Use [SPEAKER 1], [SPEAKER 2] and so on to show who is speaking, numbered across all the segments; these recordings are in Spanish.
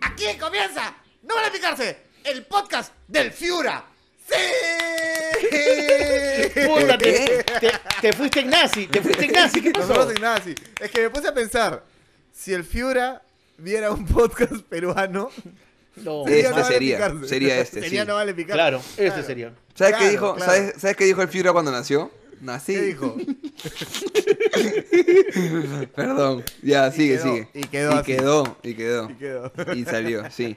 [SPEAKER 1] Aquí comienza, no van a picarse, el podcast del Fiura. ¡Sí!
[SPEAKER 2] Puta, te, te- te fuiste en nazi, te fuiste en nazi, ¿qué pasó?
[SPEAKER 1] Nosotros en nada así. Es que me puse a pensar, si el Fiura viera un podcast peruano,
[SPEAKER 2] No,
[SPEAKER 1] Sí,
[SPEAKER 3] Este
[SPEAKER 1] no vale
[SPEAKER 3] sería,
[SPEAKER 1] picarse.
[SPEAKER 3] sería este,
[SPEAKER 1] sería
[SPEAKER 3] sí.
[SPEAKER 1] no vale picarse.
[SPEAKER 2] claro, este sería.
[SPEAKER 3] ¿Sabes,
[SPEAKER 1] Claro,
[SPEAKER 3] qué dijo,
[SPEAKER 1] claro.
[SPEAKER 3] ¿sabes, ¿Sabes qué dijo el Fiura cuando nació? Nací.
[SPEAKER 1] ¿Qué dijo?
[SPEAKER 3] Perdón. Ya, sigue,
[SPEAKER 1] quedó,
[SPEAKER 3] sigue.
[SPEAKER 1] y quedó
[SPEAKER 3] Y
[SPEAKER 1] así.
[SPEAKER 3] quedó, y quedó.
[SPEAKER 1] Y quedó.
[SPEAKER 3] Y salió, sí.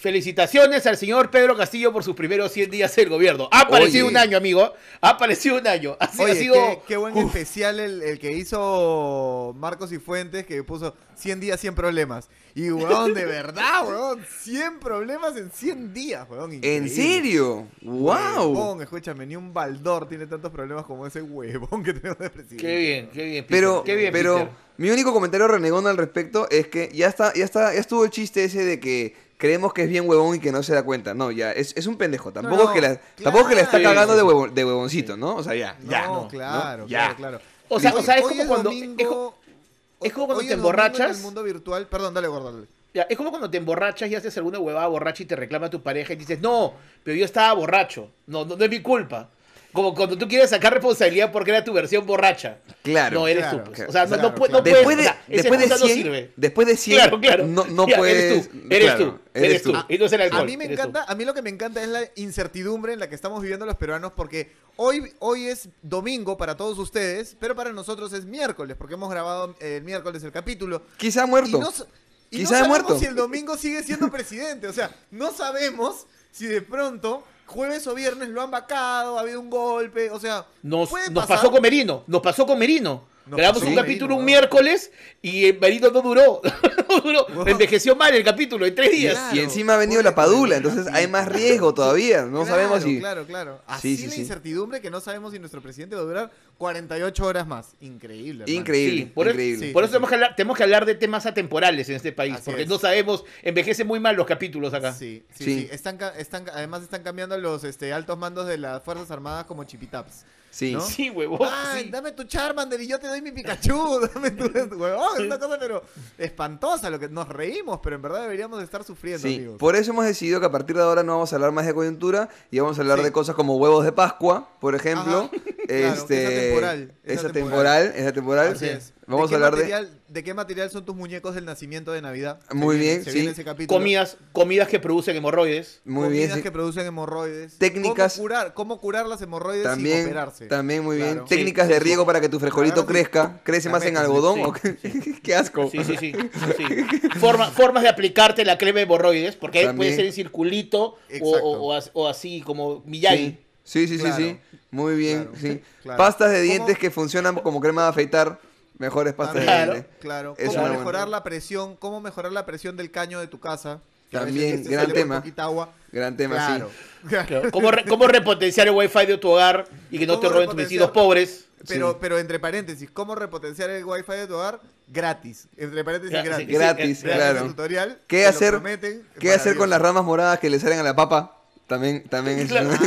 [SPEAKER 2] Felicitaciones al señor Pedro Castillo por sus primeros 100 días del gobierno. Ha aparecido
[SPEAKER 3] Oye.
[SPEAKER 2] un año, amigo. Ha aparecido un año. Ha, sido- ha
[SPEAKER 1] Oye,
[SPEAKER 2] sido.
[SPEAKER 1] qué, qué buen
[SPEAKER 2] Uf,
[SPEAKER 1] especial el, el que hizo Marcos y Fuentes, que puso 100 días, 100 problemas. Y, weón, de verdad, weón, 100 problemas en 100 días, weón.
[SPEAKER 3] ¿En
[SPEAKER 1] increíble.
[SPEAKER 3] serio? ¡Wow!
[SPEAKER 1] Eh, Huevón, escúchame, ni un baldor tiene tantos problemas como ese huevón que tenemos de presidente.
[SPEAKER 2] qué bien, qué bien. Peter.
[SPEAKER 3] Pero,
[SPEAKER 2] qué bien,
[SPEAKER 3] pero
[SPEAKER 2] Peter.
[SPEAKER 3] mi único comentario renegón al respecto es que ya está, ya está, ya estuvo el chiste ese de que creemos que es bien huevón y que no se da cuenta. No, ya, es, es un pendejo. Tampoco
[SPEAKER 1] no,
[SPEAKER 3] es que la, tampoco es que la está
[SPEAKER 2] claro.
[SPEAKER 3] cagando de, huevon- de huevoncito, ¿no? O sea, ya,
[SPEAKER 1] No,
[SPEAKER 3] ya.
[SPEAKER 2] no,
[SPEAKER 1] claro,
[SPEAKER 3] no,
[SPEAKER 1] claro,
[SPEAKER 3] ya.
[SPEAKER 1] claro.
[SPEAKER 2] O sea,
[SPEAKER 1] Hoy-
[SPEAKER 2] o sea, es
[SPEAKER 1] hoy
[SPEAKER 2] como cuando- es
[SPEAKER 1] domingo-
[SPEAKER 2] co- es como cuando
[SPEAKER 1] hoy
[SPEAKER 2] te
[SPEAKER 1] el domingo en
[SPEAKER 2] emborrachas.
[SPEAKER 1] el mundo virtual, perdón, dale, gordo. dale.
[SPEAKER 2] Ya, es como cuando te emborrachas y haces alguna huevada borracha y te reclama tu pareja y dices, no, pero yo estaba borracho. No, no, no es mi culpa. Como cuando tú quieres sacar responsabilidad porque era tu versión borracha.
[SPEAKER 3] Claro.
[SPEAKER 2] No eres
[SPEAKER 1] claro,
[SPEAKER 2] tú. pues.
[SPEAKER 1] claro,
[SPEAKER 2] o sea, no-
[SPEAKER 1] claro,
[SPEAKER 2] no, puede- no
[SPEAKER 1] claro.
[SPEAKER 2] puedes.
[SPEAKER 3] Después
[SPEAKER 2] o
[SPEAKER 3] de,
[SPEAKER 2] sea, esa
[SPEAKER 3] después
[SPEAKER 2] excusa
[SPEAKER 3] de
[SPEAKER 2] no
[SPEAKER 3] 100,
[SPEAKER 2] sirve.
[SPEAKER 3] después de 100,
[SPEAKER 2] Claro, claro.
[SPEAKER 3] no, no
[SPEAKER 2] Ya,
[SPEAKER 3] puedes...
[SPEAKER 2] Eres tú, eres
[SPEAKER 3] claro,
[SPEAKER 2] tú, eres tú.
[SPEAKER 3] Ah,
[SPEAKER 2] Y no es el
[SPEAKER 1] A
[SPEAKER 2] alcohol,
[SPEAKER 1] mí me
[SPEAKER 2] eres tú.
[SPEAKER 1] encanta, a mí lo que me encanta es la incertidumbre en la que estamos viviendo los peruanos porque hoy, hoy es domingo para todos ustedes, pero para nosotros es miércoles porque hemos grabado eh, el miércoles el capítulo.
[SPEAKER 3] Quizá
[SPEAKER 1] Y
[SPEAKER 3] muerto.
[SPEAKER 1] no, sa- y no
[SPEAKER 3] Quizá
[SPEAKER 1] sabemos
[SPEAKER 3] muerto.
[SPEAKER 1] si el domingo sigue siendo presidente. O sea, no sabemos si de pronto jueves o viernes lo han vacado, ha habido un golpe. O sea,
[SPEAKER 2] Nos,
[SPEAKER 1] puede
[SPEAKER 2] nos
[SPEAKER 1] pasar.
[SPEAKER 2] pasó con Merino, nos pasó con Merino.
[SPEAKER 1] Nos
[SPEAKER 2] Grabamos
[SPEAKER 1] pasó
[SPEAKER 2] un
[SPEAKER 1] con
[SPEAKER 2] capítulo
[SPEAKER 1] Merino,
[SPEAKER 2] un
[SPEAKER 1] ¿no?
[SPEAKER 2] miércoles y el Merino no duró. No duró.
[SPEAKER 1] Wow.
[SPEAKER 2] Envejeció mal el capítulo en tres días.
[SPEAKER 1] Claro.
[SPEAKER 3] Y encima ha venido
[SPEAKER 1] Puede
[SPEAKER 3] la
[SPEAKER 1] ocurrir
[SPEAKER 3] padula, entonces hay más riesgo todavía. No
[SPEAKER 1] Claro,
[SPEAKER 3] sabemos si...
[SPEAKER 1] Claro, claro. Así
[SPEAKER 3] Sí, sí,
[SPEAKER 1] la
[SPEAKER 3] sí.
[SPEAKER 1] incertidumbre que no sabemos si nuestro presidente va a durar 48 horas más. Increíble. hermano.
[SPEAKER 3] Increíble,
[SPEAKER 2] Sí, por eso-
[SPEAKER 3] increíble.
[SPEAKER 1] sí.
[SPEAKER 2] Por eso tenemos que, hablar, tenemos que hablar de temas atemporales en este país,
[SPEAKER 1] Así
[SPEAKER 2] porque
[SPEAKER 1] es.
[SPEAKER 2] no sabemos, envejecen muy mal los capítulos acá.
[SPEAKER 1] Sí, sí,
[SPEAKER 3] Sí.
[SPEAKER 1] sí. Están, ca- están, ca- además están cambiando los este, altos mandos de las Fuerzas Armadas como chipitaps.
[SPEAKER 3] Sí.
[SPEAKER 1] ¿no? Ah,
[SPEAKER 2] Sí, huevón.
[SPEAKER 1] Ay,
[SPEAKER 2] sí.
[SPEAKER 1] dame tu Charmander y yo te doy mi Pikachu. Dame tu huevón, es una cosa pero espantosa lo que nos reímos, pero en verdad deberíamos de estar sufriendo,
[SPEAKER 3] Sí,
[SPEAKER 1] amigos.
[SPEAKER 3] por eso hemos decidido que a partir de ahora no vamos a hablar más de coyuntura y vamos a hablar
[SPEAKER 1] Sí.
[SPEAKER 3] de cosas como huevos de Pascua, por ejemplo.
[SPEAKER 1] Ajá, claro,
[SPEAKER 3] este,
[SPEAKER 1] es atemporal, es
[SPEAKER 3] Es
[SPEAKER 1] atemporal.
[SPEAKER 3] atemporal, es atemporal.
[SPEAKER 2] Así es.
[SPEAKER 3] Vamos
[SPEAKER 1] ¿De
[SPEAKER 3] a
[SPEAKER 1] qué
[SPEAKER 3] hablar de...
[SPEAKER 1] material- de qué material son tus muñecos del nacimiento de Navidad? Se
[SPEAKER 3] Muy
[SPEAKER 1] viene-
[SPEAKER 3] bien,
[SPEAKER 1] se
[SPEAKER 3] sí.
[SPEAKER 1] viene ese capítulo.
[SPEAKER 2] Comidas, comidas que producen hemorroides.
[SPEAKER 3] Muy
[SPEAKER 1] Comidas
[SPEAKER 3] bien, sí.
[SPEAKER 1] que producen hemorroides.
[SPEAKER 3] Técnicas.
[SPEAKER 1] Cómo curar, cómo curar las hemorroides sin
[SPEAKER 3] También,
[SPEAKER 1] operarse.
[SPEAKER 3] también muy bien.
[SPEAKER 1] Claro.
[SPEAKER 3] Técnicas de riego para que tu frejolito
[SPEAKER 1] Agarras y-
[SPEAKER 3] crezca. ¿Crece
[SPEAKER 1] la
[SPEAKER 3] más en
[SPEAKER 1] metes,
[SPEAKER 3] algodón?
[SPEAKER 2] sí,
[SPEAKER 3] o qué? Qué asco.
[SPEAKER 2] Sí, sí, sí. sí. Forma- formas de aplicarte la crema de hemorroides, porque
[SPEAKER 3] También.
[SPEAKER 2] puede ser en circulito o,
[SPEAKER 1] Exacto.
[SPEAKER 2] o- o as- o así, como Miyagi.
[SPEAKER 3] Sí. Sí, sí, sí,
[SPEAKER 1] Claro.
[SPEAKER 3] sí. Muy bien,
[SPEAKER 1] Claro,
[SPEAKER 3] sí.
[SPEAKER 1] claro.
[SPEAKER 3] Pastas de dientes
[SPEAKER 1] ¿Cómo?
[SPEAKER 3] que funcionan como crema de afeitar. Mejores pastas
[SPEAKER 2] Claro.
[SPEAKER 3] de dientes.
[SPEAKER 1] Claro,
[SPEAKER 3] Es
[SPEAKER 1] cómo
[SPEAKER 2] una buena.
[SPEAKER 1] mejorar la presión, cómo mejorar la presión del caño de tu casa. que a veces
[SPEAKER 3] También,
[SPEAKER 1] te
[SPEAKER 3] gran
[SPEAKER 1] sale muy
[SPEAKER 3] tema.
[SPEAKER 1] poquita agua.
[SPEAKER 3] Gran tema,
[SPEAKER 1] Claro,
[SPEAKER 3] sí.
[SPEAKER 1] claro.
[SPEAKER 2] Claro. ¿Cómo, re- cómo repotenciar el wifi de tu hogar y que no te
[SPEAKER 1] ¿Cómo
[SPEAKER 2] roben tus
[SPEAKER 1] repotenciar?
[SPEAKER 2] vecinos pobres?
[SPEAKER 1] Pero,
[SPEAKER 3] Sí.
[SPEAKER 1] pero entre paréntesis, ¿cómo repotenciar el wifi de tu hogar? Gratis. Entre paréntesis,
[SPEAKER 2] Gra-
[SPEAKER 1] gratis.
[SPEAKER 2] sí,
[SPEAKER 3] Gratis,
[SPEAKER 2] sí,
[SPEAKER 1] Gratis
[SPEAKER 3] claro.
[SPEAKER 1] el tutorial.
[SPEAKER 3] ¿Qué
[SPEAKER 1] te lo
[SPEAKER 3] hacer,
[SPEAKER 1] prometen,
[SPEAKER 3] ¿Qué hacer con las
[SPEAKER 1] maravilloso.
[SPEAKER 3] ramas moradas que le salen a la papa? También, también es
[SPEAKER 2] Claro.
[SPEAKER 3] una-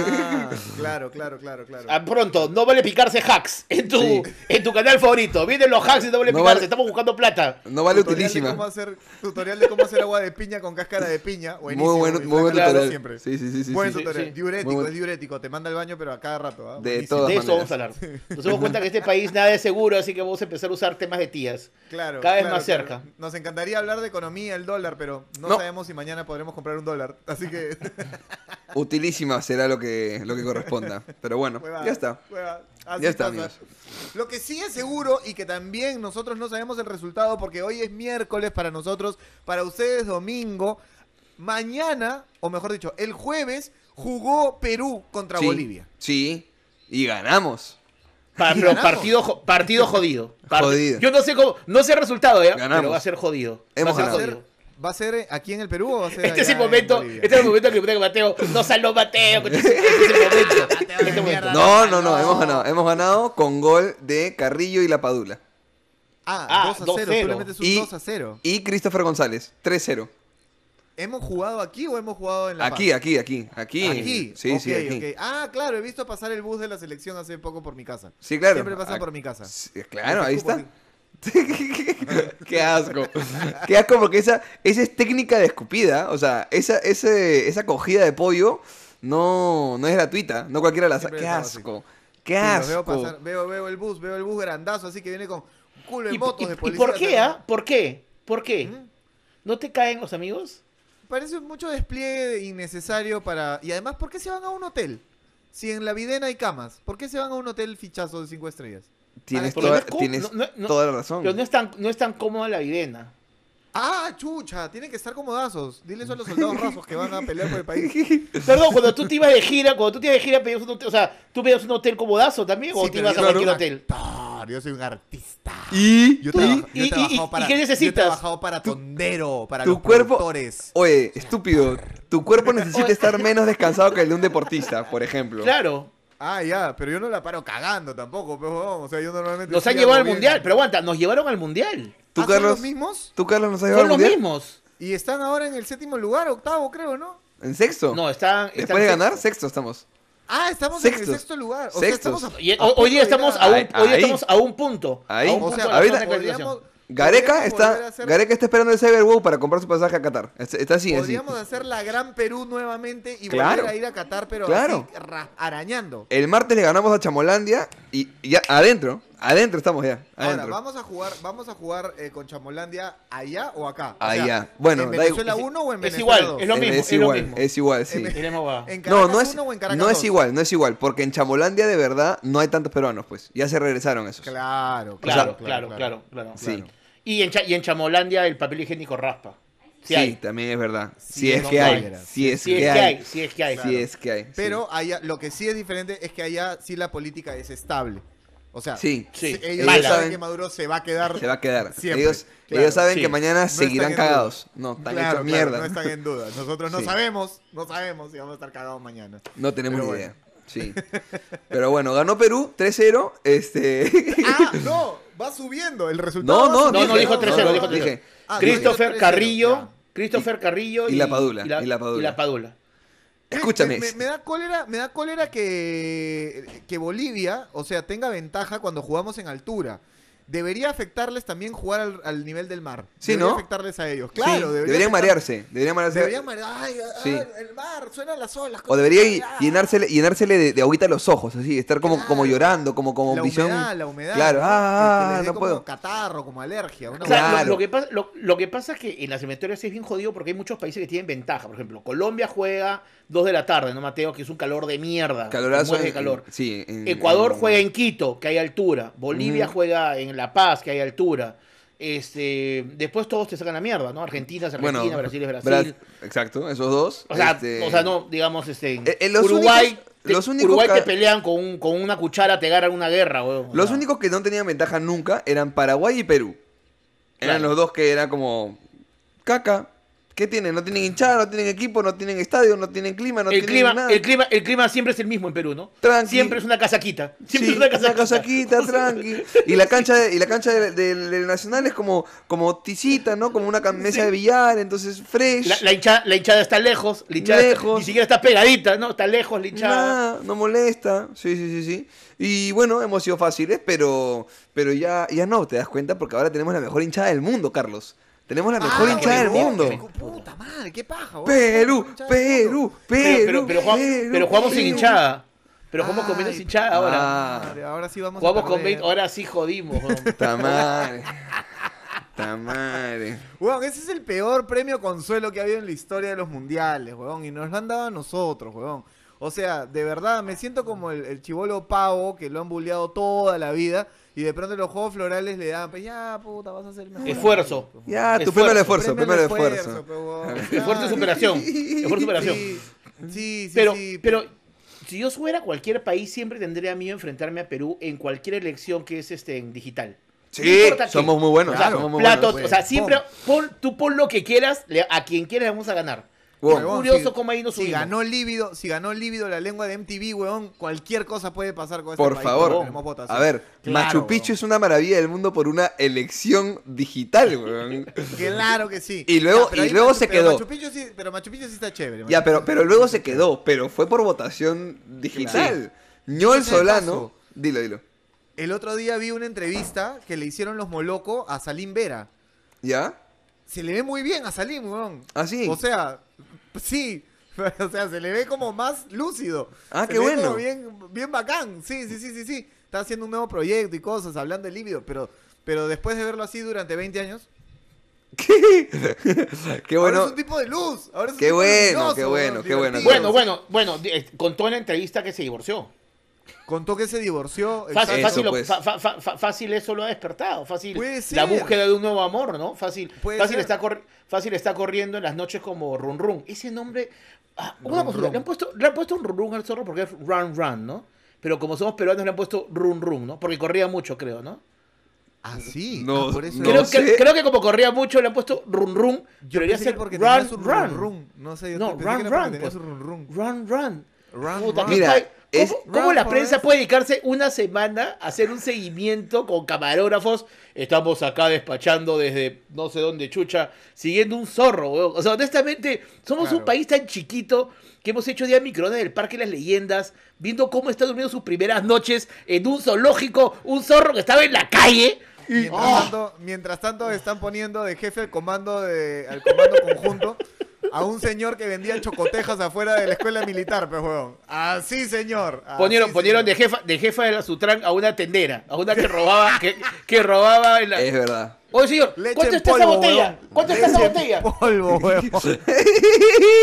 [SPEAKER 1] Ah, claro, claro, claro, claro.
[SPEAKER 2] Ah, pronto, no vale picarse hacks en tu,
[SPEAKER 3] Sí.
[SPEAKER 2] en tu canal favorito. Vienen los hacks de no vale
[SPEAKER 3] No
[SPEAKER 2] picarse,
[SPEAKER 3] vale-
[SPEAKER 2] estamos buscando plata.
[SPEAKER 3] No vale
[SPEAKER 1] tutorial De cómo
[SPEAKER 3] utilísima.
[SPEAKER 1] hacer, tutorial de cómo hacer agua de piña con cáscara de piña. Buenísimo,
[SPEAKER 3] Muy bueno,
[SPEAKER 1] Luis,
[SPEAKER 3] muy buen
[SPEAKER 1] sácalo
[SPEAKER 3] tutorial.
[SPEAKER 1] siempre.
[SPEAKER 3] Sí, sí, sí, sí,
[SPEAKER 1] Buen
[SPEAKER 3] sí.
[SPEAKER 1] tutorial.
[SPEAKER 2] sí.
[SPEAKER 1] Diurético,
[SPEAKER 3] Muy bueno.
[SPEAKER 1] es diurético. Te manda al baño, pero a cada rato. ¿ah?
[SPEAKER 3] De
[SPEAKER 1] Buenísimo.
[SPEAKER 3] todas
[SPEAKER 2] De eso
[SPEAKER 3] maneras.
[SPEAKER 2] vamos a hablar. Nos hemos cuenta que este país nada es seguro, así que vamos a empezar a usar temas de tías.
[SPEAKER 1] Claro,
[SPEAKER 2] Cada vez
[SPEAKER 1] claro,
[SPEAKER 2] más
[SPEAKER 1] claro.
[SPEAKER 2] cerca.
[SPEAKER 1] Nos encantaría hablar de economía, el dólar, pero no,
[SPEAKER 3] No.
[SPEAKER 1] sabemos si mañana podremos comprar un dólar. Así que,
[SPEAKER 3] Utilísima será lo que, lo que corresponda. Pero bueno,
[SPEAKER 1] huevada,
[SPEAKER 3] ya está.
[SPEAKER 1] huevada. Así
[SPEAKER 3] Ya está,
[SPEAKER 1] pasa.
[SPEAKER 3] amigos.
[SPEAKER 1] Lo que sí es seguro y que también nosotros no sabemos el resultado porque hoy es miércoles para nosotros, para ustedes domingo. Mañana, o mejor dicho, el jueves jugó Perú contra
[SPEAKER 3] Sí,
[SPEAKER 1] Bolivia.
[SPEAKER 3] Sí. Y ganamos.
[SPEAKER 2] Pa-
[SPEAKER 1] Y
[SPEAKER 2] pero
[SPEAKER 1] ganamos.
[SPEAKER 2] partido, jo- partido jodido. Part-
[SPEAKER 3] Jodido.
[SPEAKER 2] Yo no sé cómo, no sé el resultado, ¿ya?
[SPEAKER 3] Ganamos.
[SPEAKER 2] Pero va a ser jodido. va a
[SPEAKER 3] Hemos
[SPEAKER 2] ser
[SPEAKER 1] ¿Va a
[SPEAKER 3] ganado.
[SPEAKER 2] jodido.
[SPEAKER 1] ser, ¿Va a ser aquí en el Perú o va a ser
[SPEAKER 2] Este es
[SPEAKER 1] allá
[SPEAKER 2] el
[SPEAKER 1] en
[SPEAKER 2] momento,
[SPEAKER 1] Bolivia?
[SPEAKER 2] este es el momento que me tengo Mateo. No saló Mateo, coche, este es el momento. Este es el
[SPEAKER 1] de
[SPEAKER 2] momento.
[SPEAKER 1] mierda.
[SPEAKER 3] No, no, no,
[SPEAKER 1] No.
[SPEAKER 3] hemos ganado. Hemos ganado con gol de Carrillo y La Padula.
[SPEAKER 1] Ah,
[SPEAKER 2] Ah,
[SPEAKER 1] 2 a 0. Tú
[SPEAKER 2] 2-0.
[SPEAKER 1] le metes un
[SPEAKER 3] Y-
[SPEAKER 1] 2 a 0.
[SPEAKER 3] Y Christopher González, 3-0.
[SPEAKER 1] ¿Hemos jugado aquí o hemos jugado en La Paz?
[SPEAKER 3] Aquí, aquí, aquí, aquí.
[SPEAKER 1] Aquí.
[SPEAKER 3] Sí, sí,
[SPEAKER 1] Ok,
[SPEAKER 3] aquí.
[SPEAKER 1] ok. Ah, claro, he visto pasar el bus de la selección hace poco por mi casa.
[SPEAKER 3] Sí, claro.
[SPEAKER 1] Siempre pasa
[SPEAKER 3] Ac-
[SPEAKER 1] por mi casa.
[SPEAKER 3] Sí, Claro, ahí
[SPEAKER 1] Los escupo
[SPEAKER 3] está.
[SPEAKER 1] así.
[SPEAKER 3] Qué asco. Qué asco porque esa, esa es técnica de escupida. O sea, esa, ese, esa cogida de pollo no, no es gratuita. No cualquiera la saca.
[SPEAKER 1] Siempre
[SPEAKER 3] Qué
[SPEAKER 1] estaba así.
[SPEAKER 3] asco. Qué
[SPEAKER 1] Sí, los veo,
[SPEAKER 3] asco.
[SPEAKER 1] pasar, veo, veo el bus, veo el bus grandazo, así que viene con culo de
[SPEAKER 2] ¿Y,
[SPEAKER 1] motos
[SPEAKER 2] y-
[SPEAKER 1] de
[SPEAKER 2] y
[SPEAKER 1] policía.
[SPEAKER 2] por qué, ah? ¿Por qué? ¿Por qué?
[SPEAKER 1] ¿Mm?
[SPEAKER 2] ¿No te caen los amigos?
[SPEAKER 1] Parece mucho despliegue innecesario para... Y además, ¿por qué se van a un hotel? Si en la videna hay camas, ¿por qué se van a un hotel fichazo de cinco estrellas?
[SPEAKER 3] Tienes,
[SPEAKER 2] Porque
[SPEAKER 3] toda,
[SPEAKER 2] no es cu-
[SPEAKER 3] tienes
[SPEAKER 2] no- no- no-
[SPEAKER 3] toda la razón.
[SPEAKER 2] Pero no es tan, no es tan cómoda la videna.
[SPEAKER 1] Ah, chucha, tienen que estar comodazos. Dile eso a los soldados rasos que van a pelear por el país.
[SPEAKER 2] Perdón, cuando tú te ibas de gira, cuando tú te ibas de gira, pedías un hotel, o sea, tú pedías un hotel comodazo también, o
[SPEAKER 1] Sí,
[SPEAKER 2] te
[SPEAKER 1] pero
[SPEAKER 2] ibas
[SPEAKER 1] yo
[SPEAKER 2] a
[SPEAKER 1] soy
[SPEAKER 2] cualquier
[SPEAKER 1] un
[SPEAKER 2] hotel.
[SPEAKER 1] actor, yo soy un artista.
[SPEAKER 3] Y,
[SPEAKER 1] Yo he
[SPEAKER 3] tú-
[SPEAKER 1] trabajado- yo
[SPEAKER 2] y-
[SPEAKER 1] he trabajado
[SPEAKER 2] y-
[SPEAKER 1] para-
[SPEAKER 2] ¿y qué necesitas?
[SPEAKER 1] Yo he trabajado para tondero, para
[SPEAKER 3] tu
[SPEAKER 1] los
[SPEAKER 3] cuerpo-
[SPEAKER 1] productores.
[SPEAKER 3] oye, estúpido, tu cuerpo necesita
[SPEAKER 2] Oye.
[SPEAKER 3] estar menos descansado que el de un deportista, por ejemplo.
[SPEAKER 2] Claro,
[SPEAKER 1] Ah, ya, pero yo no la paro cagando tampoco, pero o sea, yo normalmente...
[SPEAKER 2] nos
[SPEAKER 1] sí
[SPEAKER 2] han llevado al
[SPEAKER 1] hago bien.
[SPEAKER 2] mundial, pero aguanta, nos llevaron al mundial.
[SPEAKER 3] ¿Tú,
[SPEAKER 1] ¿Ah, son
[SPEAKER 3] Carlos?
[SPEAKER 1] los mismos?
[SPEAKER 3] ¿Tú, Carlos, nos has
[SPEAKER 2] Son
[SPEAKER 3] llevado al
[SPEAKER 2] los
[SPEAKER 3] mundial?
[SPEAKER 2] mismos.
[SPEAKER 1] Y están ahora en el séptimo lugar, octavo, creo, ¿no?
[SPEAKER 3] ¿En sexto?
[SPEAKER 2] No, están. están
[SPEAKER 3] Después de ganar,
[SPEAKER 2] sexto.
[SPEAKER 3] sexto estamos.
[SPEAKER 1] Ah, estamos en el
[SPEAKER 3] Sextos.
[SPEAKER 1] sexto lugar. O
[SPEAKER 3] Sextos.
[SPEAKER 1] Sea, estamos a-
[SPEAKER 2] Y-
[SPEAKER 1] a
[SPEAKER 2] hoy- hoy
[SPEAKER 1] punto
[SPEAKER 2] día
[SPEAKER 1] de
[SPEAKER 2] estamos
[SPEAKER 1] llegar
[SPEAKER 2] a un,
[SPEAKER 3] Ahí,
[SPEAKER 2] hoy día
[SPEAKER 3] ahí.
[SPEAKER 2] estamos a un punto.
[SPEAKER 3] Ahí.
[SPEAKER 2] A
[SPEAKER 3] O
[SPEAKER 2] un
[SPEAKER 3] sea,
[SPEAKER 2] punto de la
[SPEAKER 3] ahorita-
[SPEAKER 2] zona de clasificación.
[SPEAKER 1] podríamos-
[SPEAKER 3] Gareca
[SPEAKER 1] podríamos volver
[SPEAKER 3] está,
[SPEAKER 1] a hacer-
[SPEAKER 3] Gareca está esperando el Cyberwow para comprar su pasaje a Qatar. Está, está así, así.
[SPEAKER 1] Podríamos hacer la Gran Perú nuevamente y
[SPEAKER 3] Claro.
[SPEAKER 1] volver a ir a Qatar, pero
[SPEAKER 3] Claro.
[SPEAKER 1] así, ra- arañando.
[SPEAKER 3] El martes le ganamos a Chamolandia y y ya adentro, adentro estamos ya,
[SPEAKER 1] Ahora,
[SPEAKER 3] adentro.
[SPEAKER 1] ¿vamos a jugar, vamos a jugar eh, con Chamolandia allá o acá? O
[SPEAKER 3] Allá.
[SPEAKER 1] sea,
[SPEAKER 3] Bueno,
[SPEAKER 1] ¿En
[SPEAKER 3] da
[SPEAKER 1] Venezuela
[SPEAKER 3] igual.
[SPEAKER 1] 1 o en
[SPEAKER 2] Es
[SPEAKER 1] Venezuela
[SPEAKER 2] igual,
[SPEAKER 1] 2?
[SPEAKER 2] es lo mismo,
[SPEAKER 3] Eh, es
[SPEAKER 2] es lo
[SPEAKER 3] igual,
[SPEAKER 2] mismo.
[SPEAKER 3] es igual, sí.
[SPEAKER 1] Es-
[SPEAKER 2] Mira, mamá.
[SPEAKER 1] ¿En Caracas
[SPEAKER 3] No, no es,
[SPEAKER 1] 1 o en Caracas
[SPEAKER 3] no es
[SPEAKER 1] 2?
[SPEAKER 3] igual, no es igual, porque en Chamolandia de verdad no hay tantos peruanos, pues. Ya se regresaron esos.
[SPEAKER 1] Claro,
[SPEAKER 2] Claro, claro, claro, claro.
[SPEAKER 3] sí.
[SPEAKER 1] claro.
[SPEAKER 2] Y, en Cha- y en Chamolandia el papel higiénico raspa. Sí,
[SPEAKER 3] Sí,
[SPEAKER 2] hay.
[SPEAKER 3] también es verdad. Si
[SPEAKER 2] Sí,
[SPEAKER 3] es
[SPEAKER 2] no
[SPEAKER 3] que hay,
[SPEAKER 1] hay.
[SPEAKER 3] si es
[SPEAKER 2] Sí es
[SPEAKER 3] que hay,
[SPEAKER 2] sí es que hay.
[SPEAKER 3] si es que hay. sí.
[SPEAKER 1] Pero allá, lo que sí es diferente es que allá sí la política es estable. O sea,
[SPEAKER 3] Sí.
[SPEAKER 2] Sí.
[SPEAKER 1] ellos
[SPEAKER 2] Ellos
[SPEAKER 1] saben
[SPEAKER 3] saben-
[SPEAKER 1] que Maduro se va a quedar.
[SPEAKER 3] se va a quedar.
[SPEAKER 1] Siempre,
[SPEAKER 3] ellos
[SPEAKER 1] claro,
[SPEAKER 3] ellos saben
[SPEAKER 2] sí.
[SPEAKER 3] que mañana
[SPEAKER 1] No están
[SPEAKER 3] seguirán
[SPEAKER 1] en
[SPEAKER 3] cagados.
[SPEAKER 1] duda.
[SPEAKER 3] No, están
[SPEAKER 1] Claro,
[SPEAKER 3] hechos
[SPEAKER 1] claro,
[SPEAKER 3] mierda.
[SPEAKER 1] No están en duda. Nosotros no
[SPEAKER 3] Sí.
[SPEAKER 1] sabemos, no sabemos si vamos a estar cagados mañana.
[SPEAKER 3] No tenemos
[SPEAKER 1] Pero
[SPEAKER 3] ni
[SPEAKER 1] bueno.
[SPEAKER 3] idea. Sí. Pero bueno, ganó Perú 3-0. Este.
[SPEAKER 1] Ah, no, va subiendo el resultado.
[SPEAKER 3] No,
[SPEAKER 1] va
[SPEAKER 3] no,
[SPEAKER 1] subiendo.
[SPEAKER 2] No, no,
[SPEAKER 3] dije,
[SPEAKER 2] dijo
[SPEAKER 3] no,
[SPEAKER 2] 3-0,
[SPEAKER 3] no,
[SPEAKER 2] dijo 3-0.
[SPEAKER 3] dije.
[SPEAKER 1] Ah,
[SPEAKER 2] Christopher
[SPEAKER 1] dije 3-0,
[SPEAKER 2] Carrillo,
[SPEAKER 1] ya.
[SPEAKER 2] Christopher Carrillo
[SPEAKER 3] y la Padula, y la Padula.
[SPEAKER 2] Y la Padula.
[SPEAKER 3] Escúchame.
[SPEAKER 1] Este,
[SPEAKER 3] este.
[SPEAKER 1] Me, me- me da cólera, me da cólera que, que Bolivia, o sea, tenga ventaja cuando jugamos en altura. Debería afectarles también jugar al, al nivel del mar.
[SPEAKER 3] Sí,
[SPEAKER 1] debería
[SPEAKER 3] ¿no?
[SPEAKER 1] afectarles a ellos. Claro,
[SPEAKER 3] Sí,
[SPEAKER 1] debería
[SPEAKER 3] deberían
[SPEAKER 1] afectar-
[SPEAKER 3] marearse. Deberían marearse.
[SPEAKER 1] Deberían marear. Ay, ay,
[SPEAKER 3] Sí.
[SPEAKER 1] el mar, suenan las olas.
[SPEAKER 3] O
[SPEAKER 1] cosas de
[SPEAKER 3] debería
[SPEAKER 1] allá.
[SPEAKER 3] llenársele, llenársele de, de agüita los ojos, así, estar como,
[SPEAKER 1] Claro.
[SPEAKER 3] como llorando, como, como
[SPEAKER 1] la
[SPEAKER 3] visión.
[SPEAKER 1] humedad, la humedad.
[SPEAKER 3] Claro,
[SPEAKER 1] ¿no?
[SPEAKER 3] ah,
[SPEAKER 1] Que- que les dé
[SPEAKER 3] no
[SPEAKER 1] como
[SPEAKER 3] puedo.
[SPEAKER 1] catarro, como alergia. una
[SPEAKER 2] O sea,
[SPEAKER 1] huevada.
[SPEAKER 3] Claro.
[SPEAKER 2] lo, lo que pasa, lo, lo que pasa es que en las eliminatorias sí es bien jodido porque hay muchos países que tienen ventaja. Por ejemplo, Colombia juega 2 de la tarde, ¿no, Mateo? Que es un calor de mierda. te
[SPEAKER 3] Calorazo.
[SPEAKER 2] mueres de
[SPEAKER 3] en-
[SPEAKER 2] calor.
[SPEAKER 3] sí, en-
[SPEAKER 2] Ecuador
[SPEAKER 3] en-
[SPEAKER 2] juega en Quito, que hay altura. Bolivia
[SPEAKER 3] Ujú.
[SPEAKER 2] juega en La Paz, que hay altura. Este, después todos te sacan la mierda, ¿no? Argentina es Argentina, Brasil es Brasil.
[SPEAKER 3] Bra- exacto, esos dos.
[SPEAKER 2] O sea,
[SPEAKER 3] este,
[SPEAKER 2] o sea, no, digamos, este,
[SPEAKER 3] Eh, eh, los
[SPEAKER 2] Uruguay,
[SPEAKER 3] únicos-
[SPEAKER 2] te,
[SPEAKER 3] los únicos
[SPEAKER 2] Uruguay
[SPEAKER 3] ca-
[SPEAKER 2] te pelean con, un- con una cuchara, te ganan una guerra, weón. O
[SPEAKER 3] Los
[SPEAKER 2] sea,
[SPEAKER 3] únicos que no tenían ventaja nunca eran Paraguay y Perú. Eran
[SPEAKER 2] Claro.
[SPEAKER 3] los dos que era como. Caca. ¿Qué tienen? No tienen hinchada, no tienen equipo, no tienen estadio, no tienen clima, no
[SPEAKER 2] el
[SPEAKER 3] tienen
[SPEAKER 2] clima,
[SPEAKER 3] nada.
[SPEAKER 2] el, clima, el clima siempre es el mismo en Perú, ¿no?
[SPEAKER 3] Tranqui.
[SPEAKER 2] Siempre es una casaquita. Siempre
[SPEAKER 3] Sí,
[SPEAKER 2] es una casaquita.
[SPEAKER 3] tranqui. Y la cancha, de- y la cancha del, del- del Nacional es como, como tisita, ¿no? Como una cam- mesa de billar, entonces fresh.
[SPEAKER 2] La, la hinchada, la hinchada está lejos, la hinchada está-
[SPEAKER 3] Lejos.
[SPEAKER 2] ni siquiera está pegadita, ¿no? Está lejos la hinchada.
[SPEAKER 3] Nada, no molesta. Sí, sí, sí, sí. Y bueno, hemos sido fáciles, pero, pero ya, ya no, te das cuenta, porque ahora tenemos la mejor hinchada del mundo, Carlos. Tenemos la mejor
[SPEAKER 1] Ah,
[SPEAKER 3] hinchada del
[SPEAKER 1] Perú,
[SPEAKER 3] mundo.
[SPEAKER 1] Perú, Puta madre, qué paja. weón.
[SPEAKER 3] Perú,
[SPEAKER 1] Hinchada del mundo.
[SPEAKER 3] Perú, Perú.
[SPEAKER 2] pero, pero, pero, jugamos-
[SPEAKER 3] Perú,
[SPEAKER 2] pero jugamos sin
[SPEAKER 3] Perú.
[SPEAKER 2] hinchada. Pero jugamos con
[SPEAKER 1] Ay,
[SPEAKER 2] menos hinchada ahora.
[SPEAKER 3] Ah.
[SPEAKER 1] Madre, ahora sí vamos
[SPEAKER 2] jugamos
[SPEAKER 1] a
[SPEAKER 2] con
[SPEAKER 1] perder.
[SPEAKER 2] 20, ahora sí jodimos. weón.
[SPEAKER 3] Tamare. Tamare.
[SPEAKER 1] Weón, ese es el peor premio consuelo que ha habido en la historia de los mundiales, weón. Y nos lo han dado a nosotros, weón. O sea, de verdad, me siento como el, el chivolo pavo que lo han bulleado toda la vida. Y de pronto los juegos florales le dan, pues ya, puta, vas a hacer mejor. pues.
[SPEAKER 2] Esfuerzo.
[SPEAKER 3] Ya, tu
[SPEAKER 2] Esfuerzo.
[SPEAKER 3] primero
[SPEAKER 1] Premio
[SPEAKER 3] esfuerzo,
[SPEAKER 1] al
[SPEAKER 3] primero esfuerzo.
[SPEAKER 1] pues, weón.
[SPEAKER 2] Esfuerzo y
[SPEAKER 3] Ah,
[SPEAKER 1] Claro.
[SPEAKER 2] superación. Esfuerzo y superación.
[SPEAKER 1] Sí, sí, sí.
[SPEAKER 2] pero,
[SPEAKER 1] sí.
[SPEAKER 2] pero si yo fuera a cualquier país, siempre tendría miedo enfrentarme a Perú en cualquier elección que es este en digital. No
[SPEAKER 3] Sí,
[SPEAKER 2] importa qué.
[SPEAKER 3] somos muy buenos.
[SPEAKER 2] O sea,
[SPEAKER 3] somos muy
[SPEAKER 2] platos,
[SPEAKER 1] buenos,
[SPEAKER 2] o sea,
[SPEAKER 1] pues.
[SPEAKER 2] siempre
[SPEAKER 1] Pum.
[SPEAKER 2] pon, tú pon lo que quieras, le- a quien quieras vamos a ganar.
[SPEAKER 3] Wow.
[SPEAKER 2] Es
[SPEAKER 1] Huevón,
[SPEAKER 2] curioso
[SPEAKER 1] si-
[SPEAKER 2] cómo ahí nos
[SPEAKER 1] si
[SPEAKER 2] subimos.
[SPEAKER 1] ganó lívido, si ganó lívido la lengua de MTV, weón, cualquier cosa puede pasar con este
[SPEAKER 3] Por
[SPEAKER 1] país, porque
[SPEAKER 3] favor,
[SPEAKER 1] tenemos votación.
[SPEAKER 3] a ver,
[SPEAKER 1] Claro,
[SPEAKER 3] Machu Picchu es una maravilla del mundo por una elección digital, weón.
[SPEAKER 1] weón. Claro que sí.
[SPEAKER 3] Y luego-
[SPEAKER 1] pero
[SPEAKER 3] y
[SPEAKER 1] ahí
[SPEAKER 3] luego
[SPEAKER 1] Machu-
[SPEAKER 3] se
[SPEAKER 1] pero
[SPEAKER 3] quedó.
[SPEAKER 1] Machu Picchu sí, pero Machu Picchu sí está chévere.
[SPEAKER 3] ya,
[SPEAKER 1] Machu
[SPEAKER 3] pero,
[SPEAKER 1] Picchu
[SPEAKER 3] pero
[SPEAKER 1] sí
[SPEAKER 3] luego
[SPEAKER 1] está
[SPEAKER 3] se
[SPEAKER 1] chévere.
[SPEAKER 3] quedó, pero fue por votación digital.
[SPEAKER 1] Ese
[SPEAKER 3] Ñol
[SPEAKER 1] es el
[SPEAKER 3] Solano,
[SPEAKER 1] paso.
[SPEAKER 3] dilo, dilo.
[SPEAKER 1] El otro día vi una entrevista que le hicieron los Moloco a Salim Vera.
[SPEAKER 3] ¿Ya?
[SPEAKER 1] Se le ve muy bien a Salim, weón.
[SPEAKER 3] ¿Ah, sí?
[SPEAKER 1] O sea, sí. O sea, se le ve como más lúcido.
[SPEAKER 3] Ah,
[SPEAKER 1] Se
[SPEAKER 3] qué
[SPEAKER 1] le ve
[SPEAKER 3] bueno.
[SPEAKER 1] como bien, bien bacán. Sí, sí, sí, sí, sí. Está haciendo un nuevo proyecto y cosas, hablando de líbido, pero, pero después de verlo así durante 20 años,
[SPEAKER 3] ¿Qué?
[SPEAKER 1] ahora
[SPEAKER 3] qué
[SPEAKER 1] es
[SPEAKER 3] bueno.
[SPEAKER 1] un tipo de luz. Ahora es un
[SPEAKER 3] Qué
[SPEAKER 1] tipo
[SPEAKER 3] bueno,
[SPEAKER 1] luminoso,
[SPEAKER 3] qué bueno,
[SPEAKER 1] weón,
[SPEAKER 3] qué bueno,
[SPEAKER 1] divertido.
[SPEAKER 2] Bueno, bueno, bueno, di- eh, contó en la entrevista que se divorció.
[SPEAKER 1] Contó que se divorció. exacto.
[SPEAKER 2] Fácil,
[SPEAKER 3] Eso,
[SPEAKER 2] fácil, lo-
[SPEAKER 3] pues.
[SPEAKER 2] fa- fa- fa- fa- fácil eso lo ha despertado. Fácil
[SPEAKER 1] Puede
[SPEAKER 2] la
[SPEAKER 1] ser.
[SPEAKER 2] búsqueda de un nuevo amor, ¿no? Fácil,
[SPEAKER 1] Puede
[SPEAKER 2] fácil,
[SPEAKER 1] ser.
[SPEAKER 2] está corri- fácil está corriendo en las noches como Run Run. Ese nombre. ah, una
[SPEAKER 1] Run
[SPEAKER 2] cosa,
[SPEAKER 1] Run.
[SPEAKER 2] le han puesto, le han puesto un Run Run al zorro porque es Run Run, ¿no? Pero como somos peruanos, le han puesto Run Run, ¿no? Porque corría mucho, creo, ¿no?
[SPEAKER 1] Ah, sí.
[SPEAKER 3] No,
[SPEAKER 1] ah, por eso
[SPEAKER 3] no
[SPEAKER 2] creo,
[SPEAKER 3] sé.
[SPEAKER 2] que, creo que como corría mucho, le han puesto Run Run.
[SPEAKER 1] Yo
[SPEAKER 2] debería
[SPEAKER 1] pensé que
[SPEAKER 2] ser
[SPEAKER 1] porque
[SPEAKER 2] Run
[SPEAKER 1] tenía su
[SPEAKER 2] Run.
[SPEAKER 1] run run. No sé, yo
[SPEAKER 2] No,
[SPEAKER 1] pensé que
[SPEAKER 2] run,
[SPEAKER 1] era porque
[SPEAKER 2] run,
[SPEAKER 1] tenía
[SPEAKER 2] pues.
[SPEAKER 1] su run run.
[SPEAKER 2] Run Run.
[SPEAKER 1] Run,
[SPEAKER 2] Puta,
[SPEAKER 1] run.
[SPEAKER 2] ¿qué
[SPEAKER 3] Mira,
[SPEAKER 2] tal? ¿Cómo,
[SPEAKER 3] es-
[SPEAKER 2] cómo
[SPEAKER 1] Run
[SPEAKER 2] la
[SPEAKER 1] for
[SPEAKER 2] prensa
[SPEAKER 1] us.
[SPEAKER 2] puede dedicarse una semana a hacer un seguimiento con camarógrafos? Estamos acá despachando desde no sé dónde, chucha, siguiendo un zorro, weón. O sea, honestamente, somos
[SPEAKER 1] Claro.
[SPEAKER 2] un país tan chiquito que hemos hecho día microondas del Parque de las Leyendas, viendo cómo está durmiendo sus primeras noches en un zoológico, un zorro que estaba en la calle. Y,
[SPEAKER 1] Mientras,
[SPEAKER 2] ¡Oh!
[SPEAKER 1] tanto, mientras tanto están poniendo de jefe al comando de, al comando conjunto a un señor que vendía chocotejas afuera de la escuela militar, pues huevón. Así, señor. así,
[SPEAKER 2] Ponieron, ponieron de
[SPEAKER 1] señor.
[SPEAKER 2] jefa, de jefa de la Sutran a una tendera, a una que robaba, que, que robaba en la,
[SPEAKER 3] Es verdad.
[SPEAKER 2] Oye, señor,
[SPEAKER 1] Leche
[SPEAKER 2] ¿cuánto
[SPEAKER 1] en
[SPEAKER 2] está esa
[SPEAKER 1] polvo,
[SPEAKER 2] botella?
[SPEAKER 1] huevón.
[SPEAKER 2] ¿Cuánto está esa
[SPEAKER 1] Leche en
[SPEAKER 2] botella?
[SPEAKER 1] Polvo, huevón.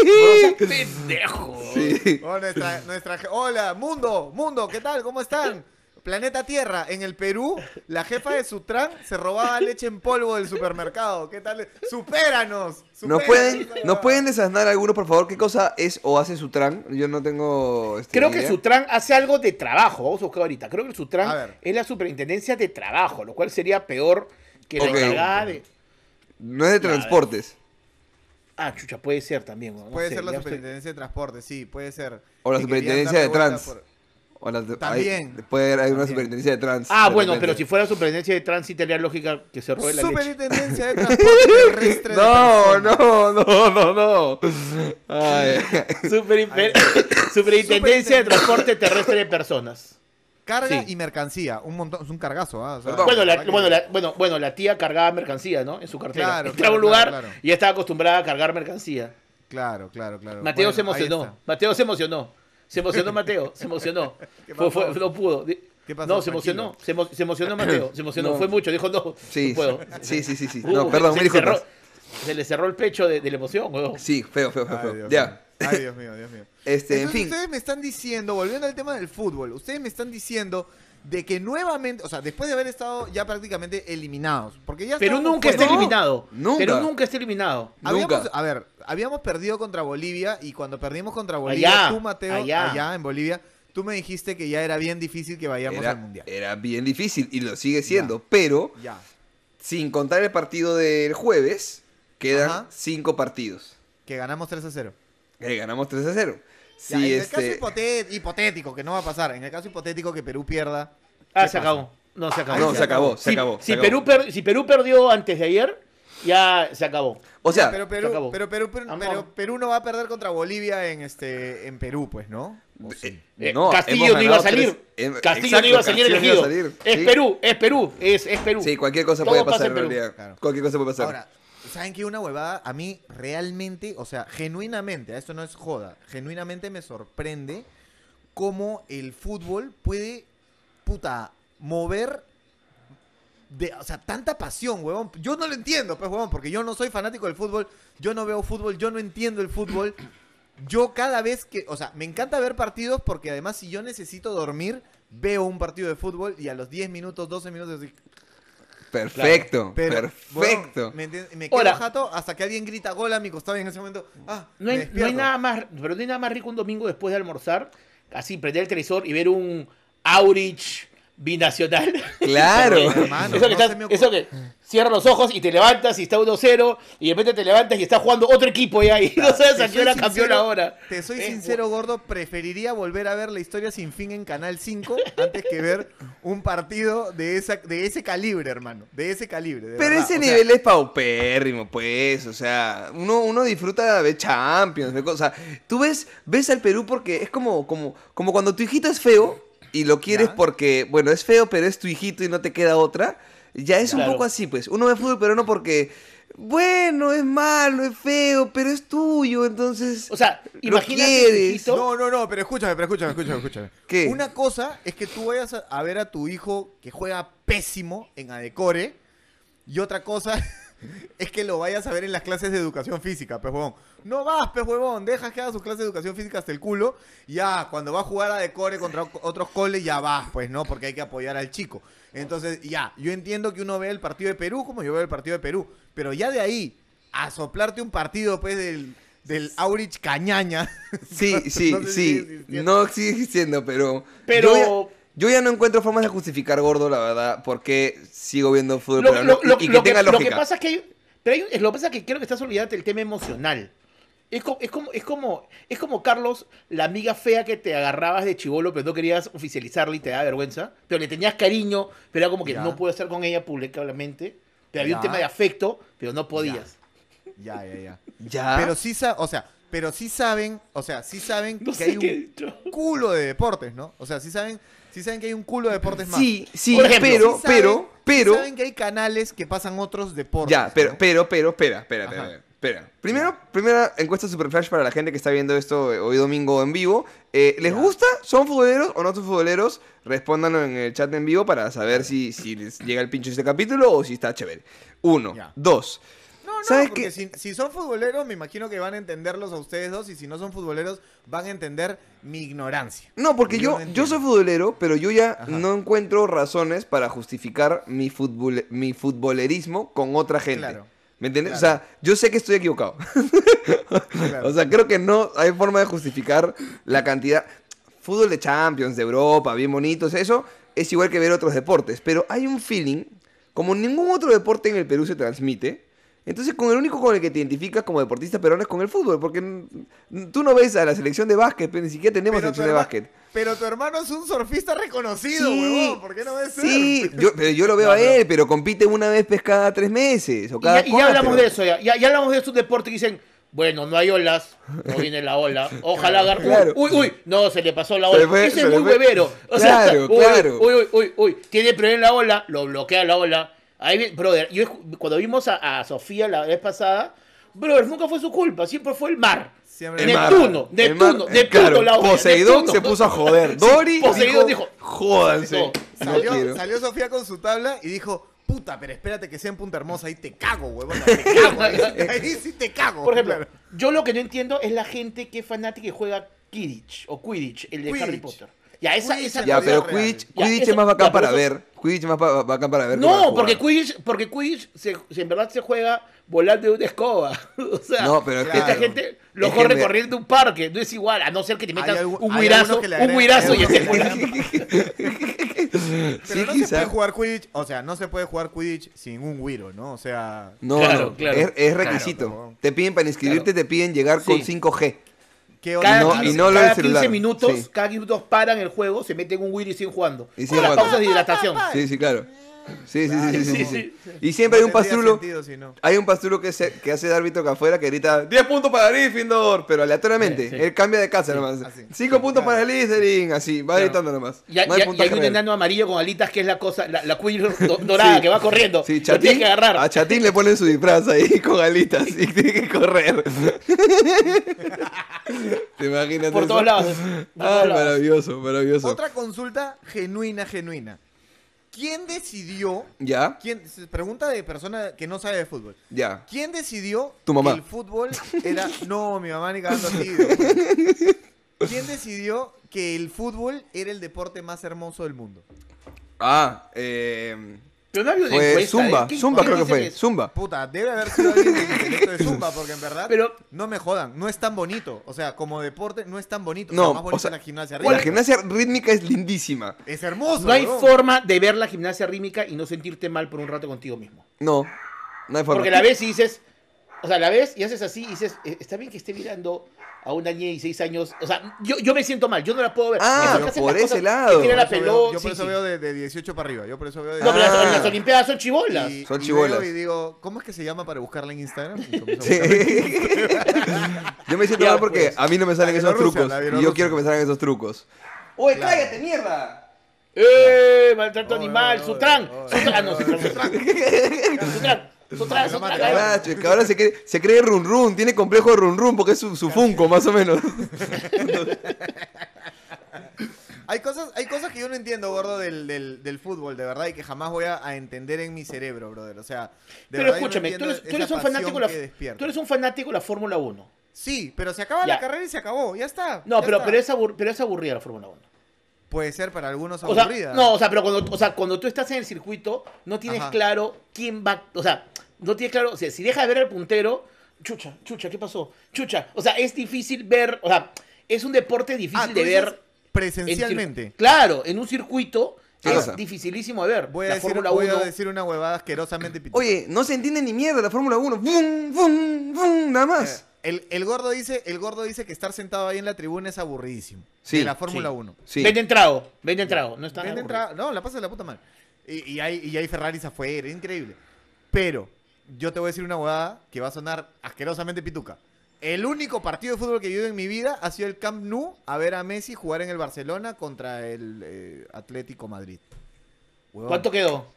[SPEAKER 2] No seas pendejo.
[SPEAKER 3] Sí.
[SPEAKER 1] Oh, nuestra- nuestra je- hola, mundo, mundo, ¿qué tal? ¿Cómo están? Planeta Tierra, en el Perú, la jefa de Sutran se robaba leche en polvo del supermercado. ¿Qué tal? ¡Supéranos! supéranos
[SPEAKER 3] ¿Nos pueden,
[SPEAKER 1] esa huevada.
[SPEAKER 3] ¿Nos pueden desasnar algunos, por favor? ¿Qué cosa es o hace Sutran? Yo no tengo. este,
[SPEAKER 2] Creo
[SPEAKER 3] idea.
[SPEAKER 2] que Sutran hace algo de trabajo. Vamos a buscar ahorita. Creo que el
[SPEAKER 1] A
[SPEAKER 2] Sutran
[SPEAKER 1] ver.
[SPEAKER 2] es la superintendencia de trabajo, lo cual sería peor que la
[SPEAKER 3] Ok.
[SPEAKER 2] encargada de.
[SPEAKER 3] No es de
[SPEAKER 2] Ya, a ver.
[SPEAKER 3] transportes.
[SPEAKER 2] Ah, chucha, puede ser también. No
[SPEAKER 1] Puede
[SPEAKER 2] sé,
[SPEAKER 1] ser la
[SPEAKER 2] ya estoy-
[SPEAKER 1] superintendencia de transporte, sí, puede ser.
[SPEAKER 3] O la
[SPEAKER 1] Que querían
[SPEAKER 3] superintendencia de
[SPEAKER 1] darle vuelta
[SPEAKER 3] trans. O las de-
[SPEAKER 1] También.
[SPEAKER 3] hay- puede haber alguna
[SPEAKER 1] También.
[SPEAKER 3] superintendencia de trans.
[SPEAKER 2] Ah,
[SPEAKER 3] de
[SPEAKER 2] bueno,
[SPEAKER 3] repente.
[SPEAKER 2] pero si fuera superintendencia de tránsito, sería lógica que se robe la leche.
[SPEAKER 1] Superintendencia de transporte terrestre. de
[SPEAKER 3] No,
[SPEAKER 1] personas.
[SPEAKER 3] no, no, no, no. Ay.
[SPEAKER 2] Superin- superintendencia de transporte terrestre de personas.
[SPEAKER 1] Carga
[SPEAKER 2] Sí.
[SPEAKER 1] y mercancía, un montón, es un cargazo, ah, o sea,
[SPEAKER 3] Perdón.
[SPEAKER 2] Bueno la,
[SPEAKER 1] ¿verdad que-
[SPEAKER 2] bueno, la, bueno, bueno, la tía cargaba mercancía, ¿no? En su cartera.
[SPEAKER 1] Claro,
[SPEAKER 2] Entraba a un
[SPEAKER 1] claro,
[SPEAKER 2] lugar
[SPEAKER 1] claro, claro.
[SPEAKER 2] y ya estaba acostumbrada a cargar mercancía.
[SPEAKER 1] Claro, claro, claro.
[SPEAKER 2] Mateo
[SPEAKER 1] Bueno,
[SPEAKER 2] se
[SPEAKER 1] ahí
[SPEAKER 2] emocionó.
[SPEAKER 1] está.
[SPEAKER 2] Mateo se emocionó. Se emocionó Mateo, se emocionó.
[SPEAKER 1] ¿Qué
[SPEAKER 2] Fue- fue-
[SPEAKER 1] pasó?
[SPEAKER 2] no pudo. Di-
[SPEAKER 1] ¿Qué pasó?
[SPEAKER 2] No, se emocionó. Se, emo- se emocionó Mateo. Se emocionó.
[SPEAKER 3] No.
[SPEAKER 2] Fue mucho. Dijo, no,
[SPEAKER 3] Sí,
[SPEAKER 2] no puedo.
[SPEAKER 3] sí, sí, sí, sí.
[SPEAKER 2] Uh,
[SPEAKER 3] No, perdón,
[SPEAKER 2] se,
[SPEAKER 3] mil
[SPEAKER 2] le cerró,
[SPEAKER 3] disculpas.
[SPEAKER 2] se le cerró el pecho de, de la emoción, weón.
[SPEAKER 3] Sí, feo, feo, feo.
[SPEAKER 1] Ay,
[SPEAKER 3] feo.
[SPEAKER 1] Dios
[SPEAKER 3] Ya.
[SPEAKER 1] mío. Ay, Dios mío, Dios mío.
[SPEAKER 3] Este, en
[SPEAKER 1] Entonces,
[SPEAKER 3] fin.
[SPEAKER 1] Ustedes me están diciendo, volviendo al tema del fútbol, ustedes me están diciendo de que nuevamente, o sea, después de haber estado ya prácticamente eliminados, porque ya
[SPEAKER 2] Perú
[SPEAKER 1] estábamos
[SPEAKER 2] nunca está
[SPEAKER 1] fuera.
[SPEAKER 2] eliminado.
[SPEAKER 3] nunca.
[SPEAKER 2] Perú nunca está eliminado.
[SPEAKER 1] Habíamos-
[SPEAKER 3] Nunca.
[SPEAKER 1] a ver, habíamos perdido contra Bolivia y cuando perdimos contra Bolivia,
[SPEAKER 2] Allá,
[SPEAKER 1] tú, Mateo, allá.
[SPEAKER 2] allá.
[SPEAKER 1] en Bolivia, tú me dijiste que ya era bien difícil que vayamos al
[SPEAKER 3] Era,
[SPEAKER 1] Mundial.
[SPEAKER 3] era bien difícil y lo sigue siendo, pero
[SPEAKER 1] Ya.
[SPEAKER 3] sin contar el partido del jueves, quedan
[SPEAKER 1] Ajá.
[SPEAKER 3] cinco partidos.
[SPEAKER 1] Que ganamos 3 a 0.
[SPEAKER 3] Eh, ganamos 3 a 0. Si
[SPEAKER 1] Ya, en el caso
[SPEAKER 3] este...
[SPEAKER 1] hipote- hipotético, que no va a pasar, en el caso hipotético que Perú pierda.
[SPEAKER 2] Ah,
[SPEAKER 1] ¿qué pasa?
[SPEAKER 2] se acabó. No, se acabó.
[SPEAKER 3] No, se acabó, se
[SPEAKER 2] Si-
[SPEAKER 3] acabó.
[SPEAKER 2] Si
[SPEAKER 3] se
[SPEAKER 2] Perú
[SPEAKER 3] acabó.
[SPEAKER 2] per- si Perú perdió antes de ayer, ya se acabó.
[SPEAKER 3] O
[SPEAKER 1] Ya,
[SPEAKER 3] sea,
[SPEAKER 1] pero
[SPEAKER 2] Ah, se
[SPEAKER 1] Perú,
[SPEAKER 2] acabó.
[SPEAKER 1] pero Perú, pero,
[SPEAKER 2] Amor.
[SPEAKER 1] pero Perú no va a perder contra Bolivia en este en Perú, pues, ¿no? ¿O sí?
[SPEAKER 3] eh,
[SPEAKER 2] Eh,
[SPEAKER 3] no,
[SPEAKER 2] Castillo
[SPEAKER 3] hemos
[SPEAKER 2] no iba a
[SPEAKER 3] ganado tres-
[SPEAKER 2] salir.
[SPEAKER 3] hem-
[SPEAKER 2] Castillo
[SPEAKER 3] exacto,
[SPEAKER 2] no iba a salir
[SPEAKER 3] Castillo no iba
[SPEAKER 2] elegido.
[SPEAKER 3] a salir,
[SPEAKER 2] Es
[SPEAKER 3] sí.
[SPEAKER 2] Perú, es Perú, es, es Perú.
[SPEAKER 3] Sí, cualquier cosa
[SPEAKER 2] Todo
[SPEAKER 3] puede
[SPEAKER 2] pasa
[SPEAKER 3] pasar
[SPEAKER 2] en
[SPEAKER 3] en
[SPEAKER 2] Perú.
[SPEAKER 3] realidad.
[SPEAKER 1] Claro.
[SPEAKER 3] Cualquier cosa puede pasar.
[SPEAKER 1] Ahora, ¿saben que una huevada a mí realmente, o sea, genuinamente, a esto no es joda, genuinamente me sorprende cómo el fútbol puede, puta, mover de, o sea, tanta pasión, huevón. Yo no lo entiendo, pues, huevón, porque yo no soy fanático del fútbol, yo no veo fútbol, yo no entiendo el fútbol. Yo cada vez que, o sea, me encanta ver partidos porque además si yo necesito dormir, veo un partido de fútbol y a los 10 minutos, 12 minutos, así,
[SPEAKER 3] perfecto,
[SPEAKER 1] pero,
[SPEAKER 3] perfecto.
[SPEAKER 1] huevón, ¿me, entiendes? me quedo
[SPEAKER 2] Ahora-
[SPEAKER 1] jato hasta que alguien grita gol a mi costado y en ese momento. Ah,
[SPEAKER 2] No hay,
[SPEAKER 1] me
[SPEAKER 2] no hay
[SPEAKER 1] despierto.
[SPEAKER 2] nada más, pero no hay nada más rico un domingo después de almorzar, así prender el televisor y ver un Aurich binacional.
[SPEAKER 3] Claro.
[SPEAKER 1] hermano,
[SPEAKER 2] eso, que
[SPEAKER 1] no
[SPEAKER 2] estás-
[SPEAKER 1] se me ocurre.
[SPEAKER 2] eso que cierras los ojos y te levantas y está 1-0 y de repente te levantas y está jugando otro equipo ya y no sabes
[SPEAKER 1] Te
[SPEAKER 2] a qué
[SPEAKER 1] soy
[SPEAKER 2] hora
[SPEAKER 1] sincero-
[SPEAKER 2] cambió la hora.
[SPEAKER 1] Te soy
[SPEAKER 2] Eh,
[SPEAKER 1] sincero, gordo. Preferiría volver a ver la historia sin fin en Canal 5 antes que ver un partido de, esa, de ese calibre, hermano. De ese calibre. de
[SPEAKER 3] Pero
[SPEAKER 1] verdad,
[SPEAKER 3] ese
[SPEAKER 1] o sea,
[SPEAKER 3] nivel es paupérrimo, pues. O sea, uno, uno disfruta de Champions, de cosas. O sea, tú ves, ves al Perú porque es como, como, como cuando tu hijito es feo y lo quieres
[SPEAKER 1] Ya.
[SPEAKER 3] porque, bueno, es feo, pero es tu hijito y no te queda otra, ya es un
[SPEAKER 2] Claro.
[SPEAKER 3] poco así, pues. Uno ve fútbol peruano porque, bueno, es malo, es feo, pero es tuyo, entonces...
[SPEAKER 2] O sea,
[SPEAKER 3] Lo
[SPEAKER 2] imagínate tu
[SPEAKER 3] quieres.
[SPEAKER 2] hijito.
[SPEAKER 1] No, no, no, pero escúchame, pero escúchame, escúchame, escúchame.
[SPEAKER 3] ¿Qué?
[SPEAKER 1] Una cosa es que tú vayas a, a ver a tu hijo que juega pésimo en Adecore y otra cosa es que lo vayas a ver en las clases de educación física, pues huevón. No vas, pues huevón, dejas que haga sus clases de educación física hasta el culo y ya, cuando va a jugar a Adecore contra o- otros coles ya vas, pues no, porque hay que apoyar al chico. Entonces, ya, yo entiendo que uno ve el partido de Perú como yo veo el partido de Perú, pero ya de ahí a soplarte un partido, pues, del... Del Aurich Cañaña.
[SPEAKER 3] Sí, sí,
[SPEAKER 1] No sé si sigue
[SPEAKER 3] sí.
[SPEAKER 1] existiendo.
[SPEAKER 3] No sigue existiendo, pero.
[SPEAKER 2] Pero-
[SPEAKER 3] Yo ya, yo ya no encuentro formas de justificar gordo, la verdad, porque sigo viendo fútbol
[SPEAKER 2] Lo,
[SPEAKER 3] peruano
[SPEAKER 2] lo- lo-
[SPEAKER 3] y, y que
[SPEAKER 2] lo que,
[SPEAKER 3] tenga
[SPEAKER 2] lo que
[SPEAKER 3] lógica.
[SPEAKER 2] pasa es que hay- pero hay un- lo que pasa es que creo que estás olvidándote del tema emocional. Es como, es como, es como, es como Carlos, la amiga fea que te agarrabas de chivolo, pero no querías oficializarla y te daba vergüenza, pero le tenías cariño, pero era como que
[SPEAKER 1] Ya.
[SPEAKER 2] no puedo estar con ella públicamente, pero había un
[SPEAKER 1] Ya.
[SPEAKER 2] tema de afecto, pero no podías.
[SPEAKER 1] Ya, ya, ya.
[SPEAKER 3] Ya.
[SPEAKER 1] Pero sí, sa- o sea, pero sí saben, o sea, sí saben
[SPEAKER 2] No
[SPEAKER 1] que
[SPEAKER 2] sé
[SPEAKER 1] hay
[SPEAKER 2] qué.
[SPEAKER 1] un culo de deportes, ¿no? O sea, sí saben, sí saben que hay un culo de deportes más.
[SPEAKER 3] sí, sí,
[SPEAKER 2] Por ejemplo,
[SPEAKER 3] pero,
[SPEAKER 1] Sí saben-
[SPEAKER 3] pero,
[SPEAKER 1] sí
[SPEAKER 3] pero.
[SPEAKER 1] saben que hay canales que pasan otros deportes.
[SPEAKER 3] Ya, pero,
[SPEAKER 1] ¿no?
[SPEAKER 3] pero, pero, espera, espera,
[SPEAKER 1] Ajá.
[SPEAKER 3] espera. espera. Primero, primera encuesta super flash para la gente que está viendo esto eh, hoy domingo en vivo. Eh, ¿Les
[SPEAKER 1] Ya.
[SPEAKER 3] gusta? ¿Son futboleros o no son futboleros? Respóndanlo en el chat en vivo para saber si, si les llega el pincho este capítulo o si está chévere. Uno.
[SPEAKER 1] Ya.
[SPEAKER 3] Dos.
[SPEAKER 1] No, no,
[SPEAKER 3] ¿sabes
[SPEAKER 1] porque
[SPEAKER 3] qué?
[SPEAKER 1] si, si son futboleros, me imagino que van a entenderlos a ustedes dos, y si no son futboleros, van a entender mi ignorancia.
[SPEAKER 3] No, porque
[SPEAKER 1] Yo
[SPEAKER 3] yo,
[SPEAKER 1] no
[SPEAKER 3] yo
[SPEAKER 1] entiendo.
[SPEAKER 3] soy futbolero, pero yo ya
[SPEAKER 1] Ajá.
[SPEAKER 3] no encuentro razones para justificar mi, futbol, mi futbolerismo con otra gente.
[SPEAKER 1] Claro.
[SPEAKER 3] ¿Me entiendes?
[SPEAKER 1] Claro.
[SPEAKER 3] O sea, yo sé que estoy equivocado.
[SPEAKER 1] Claro.
[SPEAKER 3] O sea, creo que no hay forma de justificar la cantidad. Fútbol de Champions, de Europa, bien bonitos, eso es igual que ver otros deportes. Pero hay un feeling, como ningún otro deporte en el Perú se transmite. Entonces, con el único con el que te identificas como deportista peruano es con el fútbol, porque mm, tú no ves a la selección de básquet, pero ni siquiera tenemos
[SPEAKER 1] pero, tu
[SPEAKER 3] selección de
[SPEAKER 1] herma-
[SPEAKER 3] básquet.
[SPEAKER 1] pero tu hermano es un surfista reconocido,
[SPEAKER 3] Sí,
[SPEAKER 1] huevón. ¿Por qué no ves
[SPEAKER 3] Sí, yo, pero yo lo veo a él, pero compite una vez pues, cada tres meses o
[SPEAKER 2] Y ya,
[SPEAKER 3] cada
[SPEAKER 2] y ya
[SPEAKER 3] cuatro.
[SPEAKER 2] hablamos de eso, ya, ya, ya hablamos de esos deportes que dicen, bueno, no hay olas, no viene la ola, ojalá agarre.
[SPEAKER 3] Claro.
[SPEAKER 2] Uy, uy, no, se le pasó la
[SPEAKER 3] Se
[SPEAKER 2] ola.
[SPEAKER 3] fue-
[SPEAKER 2] Ese
[SPEAKER 3] se
[SPEAKER 2] es
[SPEAKER 3] le
[SPEAKER 2] muy
[SPEAKER 3] fue.
[SPEAKER 2] huevero. O sea,
[SPEAKER 3] Claro,
[SPEAKER 2] uy,
[SPEAKER 3] claro.
[SPEAKER 2] Uy, uy, uy, uy, tiene problema la ola, lo bloquea la ola. Ahí, vi- brother, yo escu- cuando vimos a, a Sofía la vez pasada, brother, nunca fue su culpa, siempre fue el mar.
[SPEAKER 1] Siempre
[SPEAKER 3] El mar.
[SPEAKER 2] Neptuno,
[SPEAKER 3] El mar- eh,
[SPEAKER 2] Neptuno, Neptuno
[SPEAKER 3] claro,
[SPEAKER 2] la ola.
[SPEAKER 3] Poseidón
[SPEAKER 2] Neptuno.
[SPEAKER 3] se puso a joder. Dori
[SPEAKER 2] Poseidón dijo,
[SPEAKER 3] jódanse.
[SPEAKER 2] dijo,
[SPEAKER 3] no
[SPEAKER 1] Salió,
[SPEAKER 3] quiero".
[SPEAKER 1] salió Sofía con su tabla y dijo, puta, pero espérate que sea en Punta Hermosa, ahí te cago, huevón, te cago, ahí, ahí sí te cago.
[SPEAKER 2] Por ejemplo,
[SPEAKER 1] Claro.
[SPEAKER 2] yo lo que no entiendo es la gente que es fanática y juega Quidditch o Quidditch, el de
[SPEAKER 1] Quidditch.
[SPEAKER 2] Harry Potter. Ya, esa,
[SPEAKER 1] Quidditch
[SPEAKER 2] esa,
[SPEAKER 1] en
[SPEAKER 3] Ya,
[SPEAKER 1] la vida
[SPEAKER 3] pero
[SPEAKER 1] real.
[SPEAKER 3] Quidditch,
[SPEAKER 2] Ya,
[SPEAKER 3] Quidditch
[SPEAKER 2] eso-
[SPEAKER 3] es más bacán
[SPEAKER 2] ya, pero
[SPEAKER 3] para
[SPEAKER 2] eso-
[SPEAKER 3] ver. Quidditch es más ba- bacán para ver. que para
[SPEAKER 2] No, porque
[SPEAKER 3] jugar.
[SPEAKER 2] Quidditch, porque Quidditch se, se- en verdad se juega volando de una escoba. O sea,
[SPEAKER 3] No, pero es que-
[SPEAKER 2] esta
[SPEAKER 1] Claro.
[SPEAKER 2] gente lo
[SPEAKER 3] Es que
[SPEAKER 2] corre
[SPEAKER 3] me-
[SPEAKER 2] corriendo un parque, no es igual, a no ser que te
[SPEAKER 1] Hay
[SPEAKER 2] metas
[SPEAKER 1] algu-
[SPEAKER 2] un
[SPEAKER 1] hay
[SPEAKER 2] guirazo,
[SPEAKER 1] algunos que le agregan-
[SPEAKER 2] un guirazo y
[SPEAKER 1] hay
[SPEAKER 2] estés
[SPEAKER 1] algunos que le
[SPEAKER 2] volando.
[SPEAKER 1] Pero
[SPEAKER 3] Sí,
[SPEAKER 1] no se
[SPEAKER 3] quizá.
[SPEAKER 1] puede jugar Quidditch, o sea, no se puede jugar Quidditch sin un Wiro, ¿no? O sea,
[SPEAKER 3] No,
[SPEAKER 2] Claro,
[SPEAKER 3] no,
[SPEAKER 2] claro.
[SPEAKER 3] es, es
[SPEAKER 1] Claro,
[SPEAKER 3] requisito.
[SPEAKER 1] pero-
[SPEAKER 3] te piden para inscribirte, te piden llegar con
[SPEAKER 2] Sí.
[SPEAKER 3] 5G.
[SPEAKER 1] ¿qué
[SPEAKER 2] Cada,
[SPEAKER 3] No, y
[SPEAKER 2] 15,
[SPEAKER 3] no lo
[SPEAKER 2] cada
[SPEAKER 3] del celular,
[SPEAKER 2] 15 minutos,
[SPEAKER 3] sí.
[SPEAKER 2] cada 15 minutos paran el juego, se meten un guiro y siguen jugando.
[SPEAKER 3] Y
[SPEAKER 2] con
[SPEAKER 3] siguen
[SPEAKER 2] las
[SPEAKER 3] jugando.
[SPEAKER 2] pausas de hidratación.
[SPEAKER 3] Sí, sí, claro. Sí, sí, sí, sí, sí,
[SPEAKER 2] Sí,
[SPEAKER 3] sí. Y siempre hay un pastrulo.
[SPEAKER 1] no.
[SPEAKER 3] Hay un pastrulo que, se- que hace de árbitro que afuera que grita 10 puntos para Gryffindor, pero aleatoriamente.
[SPEAKER 2] Sí, sí.
[SPEAKER 3] Él cambia de casa nomás.
[SPEAKER 1] así.
[SPEAKER 3] 5
[SPEAKER 1] Sí,
[SPEAKER 3] puntos
[SPEAKER 1] claro.
[SPEAKER 3] para Slytherin, así, va
[SPEAKER 2] Claro.
[SPEAKER 3] gritando nomás.
[SPEAKER 2] Y, hay-
[SPEAKER 3] No hay
[SPEAKER 2] y hay- y
[SPEAKER 3] puntaje
[SPEAKER 2] hay un
[SPEAKER 3] real.
[SPEAKER 2] enano amarillo con alitas que es la cosa, la, la Quidditch do- dorada
[SPEAKER 3] Sí.
[SPEAKER 2] que va corriendo.
[SPEAKER 3] Sí,
[SPEAKER 2] Lo tienes
[SPEAKER 3] Chatín,
[SPEAKER 2] que agarrar.
[SPEAKER 3] a Chatín le ponen su disfraz ahí con alitas y tiene que correr. ¿Te imaginas
[SPEAKER 2] Por
[SPEAKER 3] eso?
[SPEAKER 2] todos lados. Por
[SPEAKER 3] Ah,
[SPEAKER 2] todos lados.
[SPEAKER 3] maravilloso, maravilloso.
[SPEAKER 1] Otra consulta genuina, genuina. ¿Quién decidió,
[SPEAKER 3] ¿Ya?
[SPEAKER 1] quién, pregunta de persona que no sabe de fútbol,
[SPEAKER 3] Ya.
[SPEAKER 1] ¿quién decidió
[SPEAKER 3] Tu mamá.
[SPEAKER 1] que el fútbol era... No, mi mamá ni cagando así. ¿Quién decidió que el fútbol era el deporte más hermoso del mundo?
[SPEAKER 3] Ah, eh,
[SPEAKER 2] Pero no había una
[SPEAKER 3] fue
[SPEAKER 2] encuesta,
[SPEAKER 3] Zumba,
[SPEAKER 2] ¿eh? ¿Quién-
[SPEAKER 3] Zumba
[SPEAKER 2] quién
[SPEAKER 3] creo que
[SPEAKER 2] dice
[SPEAKER 3] fue,
[SPEAKER 2] eso?
[SPEAKER 3] Zumba.
[SPEAKER 1] Puta, debe haber sido alguien con intelecto de Zumba, porque en verdad
[SPEAKER 2] Pero-
[SPEAKER 1] no me jodan, no es tan bonito. O sea, como deporte no es tan bonito.
[SPEAKER 3] No,
[SPEAKER 1] No, más
[SPEAKER 3] o
[SPEAKER 1] bonito
[SPEAKER 3] sea,
[SPEAKER 1] la gimnasia
[SPEAKER 3] La
[SPEAKER 1] rítmica.
[SPEAKER 3] gimnasia rítmica es lindísima.
[SPEAKER 1] Es hermoso.
[SPEAKER 2] No hay
[SPEAKER 1] huevón.
[SPEAKER 2] forma de ver la gimnasia rítmica y no sentirte mal por un rato contigo mismo.
[SPEAKER 3] No, no hay forma.
[SPEAKER 2] Porque la ves y dices, o sea, la ves y haces así y dices, "Eh, está bien que esté mirando a una niña de 16 años. O sea, yo, yo me siento mal, yo no la puedo ver.
[SPEAKER 3] Ah,
[SPEAKER 2] Esas que hacen
[SPEAKER 3] por
[SPEAKER 2] las
[SPEAKER 3] ese
[SPEAKER 2] cosas,
[SPEAKER 3] lado.
[SPEAKER 2] Que
[SPEAKER 1] Yo
[SPEAKER 2] tiran la
[SPEAKER 1] por eso veo- yo
[SPEAKER 2] pelota.
[SPEAKER 1] por
[SPEAKER 2] sí,
[SPEAKER 1] eso
[SPEAKER 2] sí.
[SPEAKER 1] veo de, de 18 para arriba. Yo por eso veo de.
[SPEAKER 2] No, pero
[SPEAKER 3] Ah.
[SPEAKER 2] las, las Olimpiadas son chibolas.
[SPEAKER 1] Y-
[SPEAKER 3] Son
[SPEAKER 1] y
[SPEAKER 3] chibolas.
[SPEAKER 1] veo Y digo, ¿cómo es que se llama para buscarla en Instagram? Y comienzo a
[SPEAKER 3] Sí.
[SPEAKER 1] buscarla.
[SPEAKER 3] Yo me siento
[SPEAKER 2] Ya,
[SPEAKER 3] mal porque
[SPEAKER 2] pues.
[SPEAKER 3] a mí no me salen
[SPEAKER 1] La
[SPEAKER 3] esos
[SPEAKER 1] Bielorrusia,
[SPEAKER 3] trucos.
[SPEAKER 1] la
[SPEAKER 3] Y yo
[SPEAKER 1] Bielorrusia.
[SPEAKER 3] quiero que me salgan esos trucos. ¡Oye,
[SPEAKER 1] Claro.
[SPEAKER 3] cállate, mierda!
[SPEAKER 2] ¡Eh! Maltrato
[SPEAKER 1] Oye,
[SPEAKER 2] animal,
[SPEAKER 1] oye,
[SPEAKER 2] Sutran.
[SPEAKER 1] oye,
[SPEAKER 2] Sutran, ah, no,
[SPEAKER 1] oye,
[SPEAKER 2] Sutran,
[SPEAKER 1] oye.
[SPEAKER 2] Sutran. Sutran, Sutran,
[SPEAKER 1] Lo mata,
[SPEAKER 2] Sutran.
[SPEAKER 1] lo
[SPEAKER 2] ah,
[SPEAKER 3] Cacho, que ahora se cree, se cree run run, tiene complejo de run run porque es su, su funko, más o menos.
[SPEAKER 1] Hay cosas, hay cosas que yo no entiendo, gordo, del, del, del fútbol, de verdad, y que jamás voy a, a entender en mi cerebro, brother. O sea, de verdad
[SPEAKER 2] Pero
[SPEAKER 1] yo no
[SPEAKER 2] escúchame, tú
[SPEAKER 1] entiendo
[SPEAKER 2] eres, tú
[SPEAKER 1] esa
[SPEAKER 2] eres un
[SPEAKER 1] pasión
[SPEAKER 2] fanático de
[SPEAKER 1] que
[SPEAKER 2] la,
[SPEAKER 1] despierta.
[SPEAKER 2] tú eres un fanático de la Fórmula 1.
[SPEAKER 1] Sí, pero se acaba
[SPEAKER 2] Ya.
[SPEAKER 1] la carrera y se acabó, ya está.
[SPEAKER 2] No,
[SPEAKER 1] ya
[SPEAKER 2] pero,
[SPEAKER 1] está.
[SPEAKER 2] pero, es abur- pero es aburrida la Fórmula 1.
[SPEAKER 1] Puede ser para algunos
[SPEAKER 2] O sea,
[SPEAKER 1] aburrida.
[SPEAKER 2] no, o sea, pero cuando, o sea, cuando tú estás en el circuito, no tienes
[SPEAKER 1] Ajá.
[SPEAKER 2] claro quién va. O sea, no tienes claro. O sea, si dejas de ver al puntero, chucha, chucha, ¿qué pasó? Chucha. O sea, es difícil ver. O sea, es un deporte
[SPEAKER 1] Ah,
[SPEAKER 2] difícil
[SPEAKER 1] tú
[SPEAKER 2] de
[SPEAKER 1] dices
[SPEAKER 2] ver. en cir-
[SPEAKER 1] Presencialmente.
[SPEAKER 2] claro, en un circuito
[SPEAKER 3] ¿Qué
[SPEAKER 2] es
[SPEAKER 3] cosa?
[SPEAKER 2] dificilísimo de ver.
[SPEAKER 1] Voy a,
[SPEAKER 2] la
[SPEAKER 1] decir,
[SPEAKER 2] Fórmula
[SPEAKER 1] voy
[SPEAKER 2] 1.
[SPEAKER 1] a decir una huevada asquerosamente pitera.
[SPEAKER 3] Oye, no se entiende ni mierda la Fórmula 1. ¡Bum, bum, bum! Nada más.
[SPEAKER 1] El, el gordo dice, el gordo dice que estar sentado ahí en la tribuna es aburridísimo.
[SPEAKER 3] Sí,
[SPEAKER 1] de la Fórmula
[SPEAKER 2] sí.
[SPEAKER 1] 1.
[SPEAKER 3] Sí.
[SPEAKER 2] Venden trago, venden trago. No está
[SPEAKER 1] Venden tra- No, la pasa de la puta madre. Y, y hay, y hay Ferraris afuera, es increíble. Pero, yo te voy a decir una huevada que va a sonar asquerosamente pituca. El único partido de fútbol que he vivido en mi vida ha sido el Camp Nou a ver a Messi jugar en el Barcelona contra el eh, Atlético Madrid. Huevón.
[SPEAKER 2] ¿Cuánto quedó?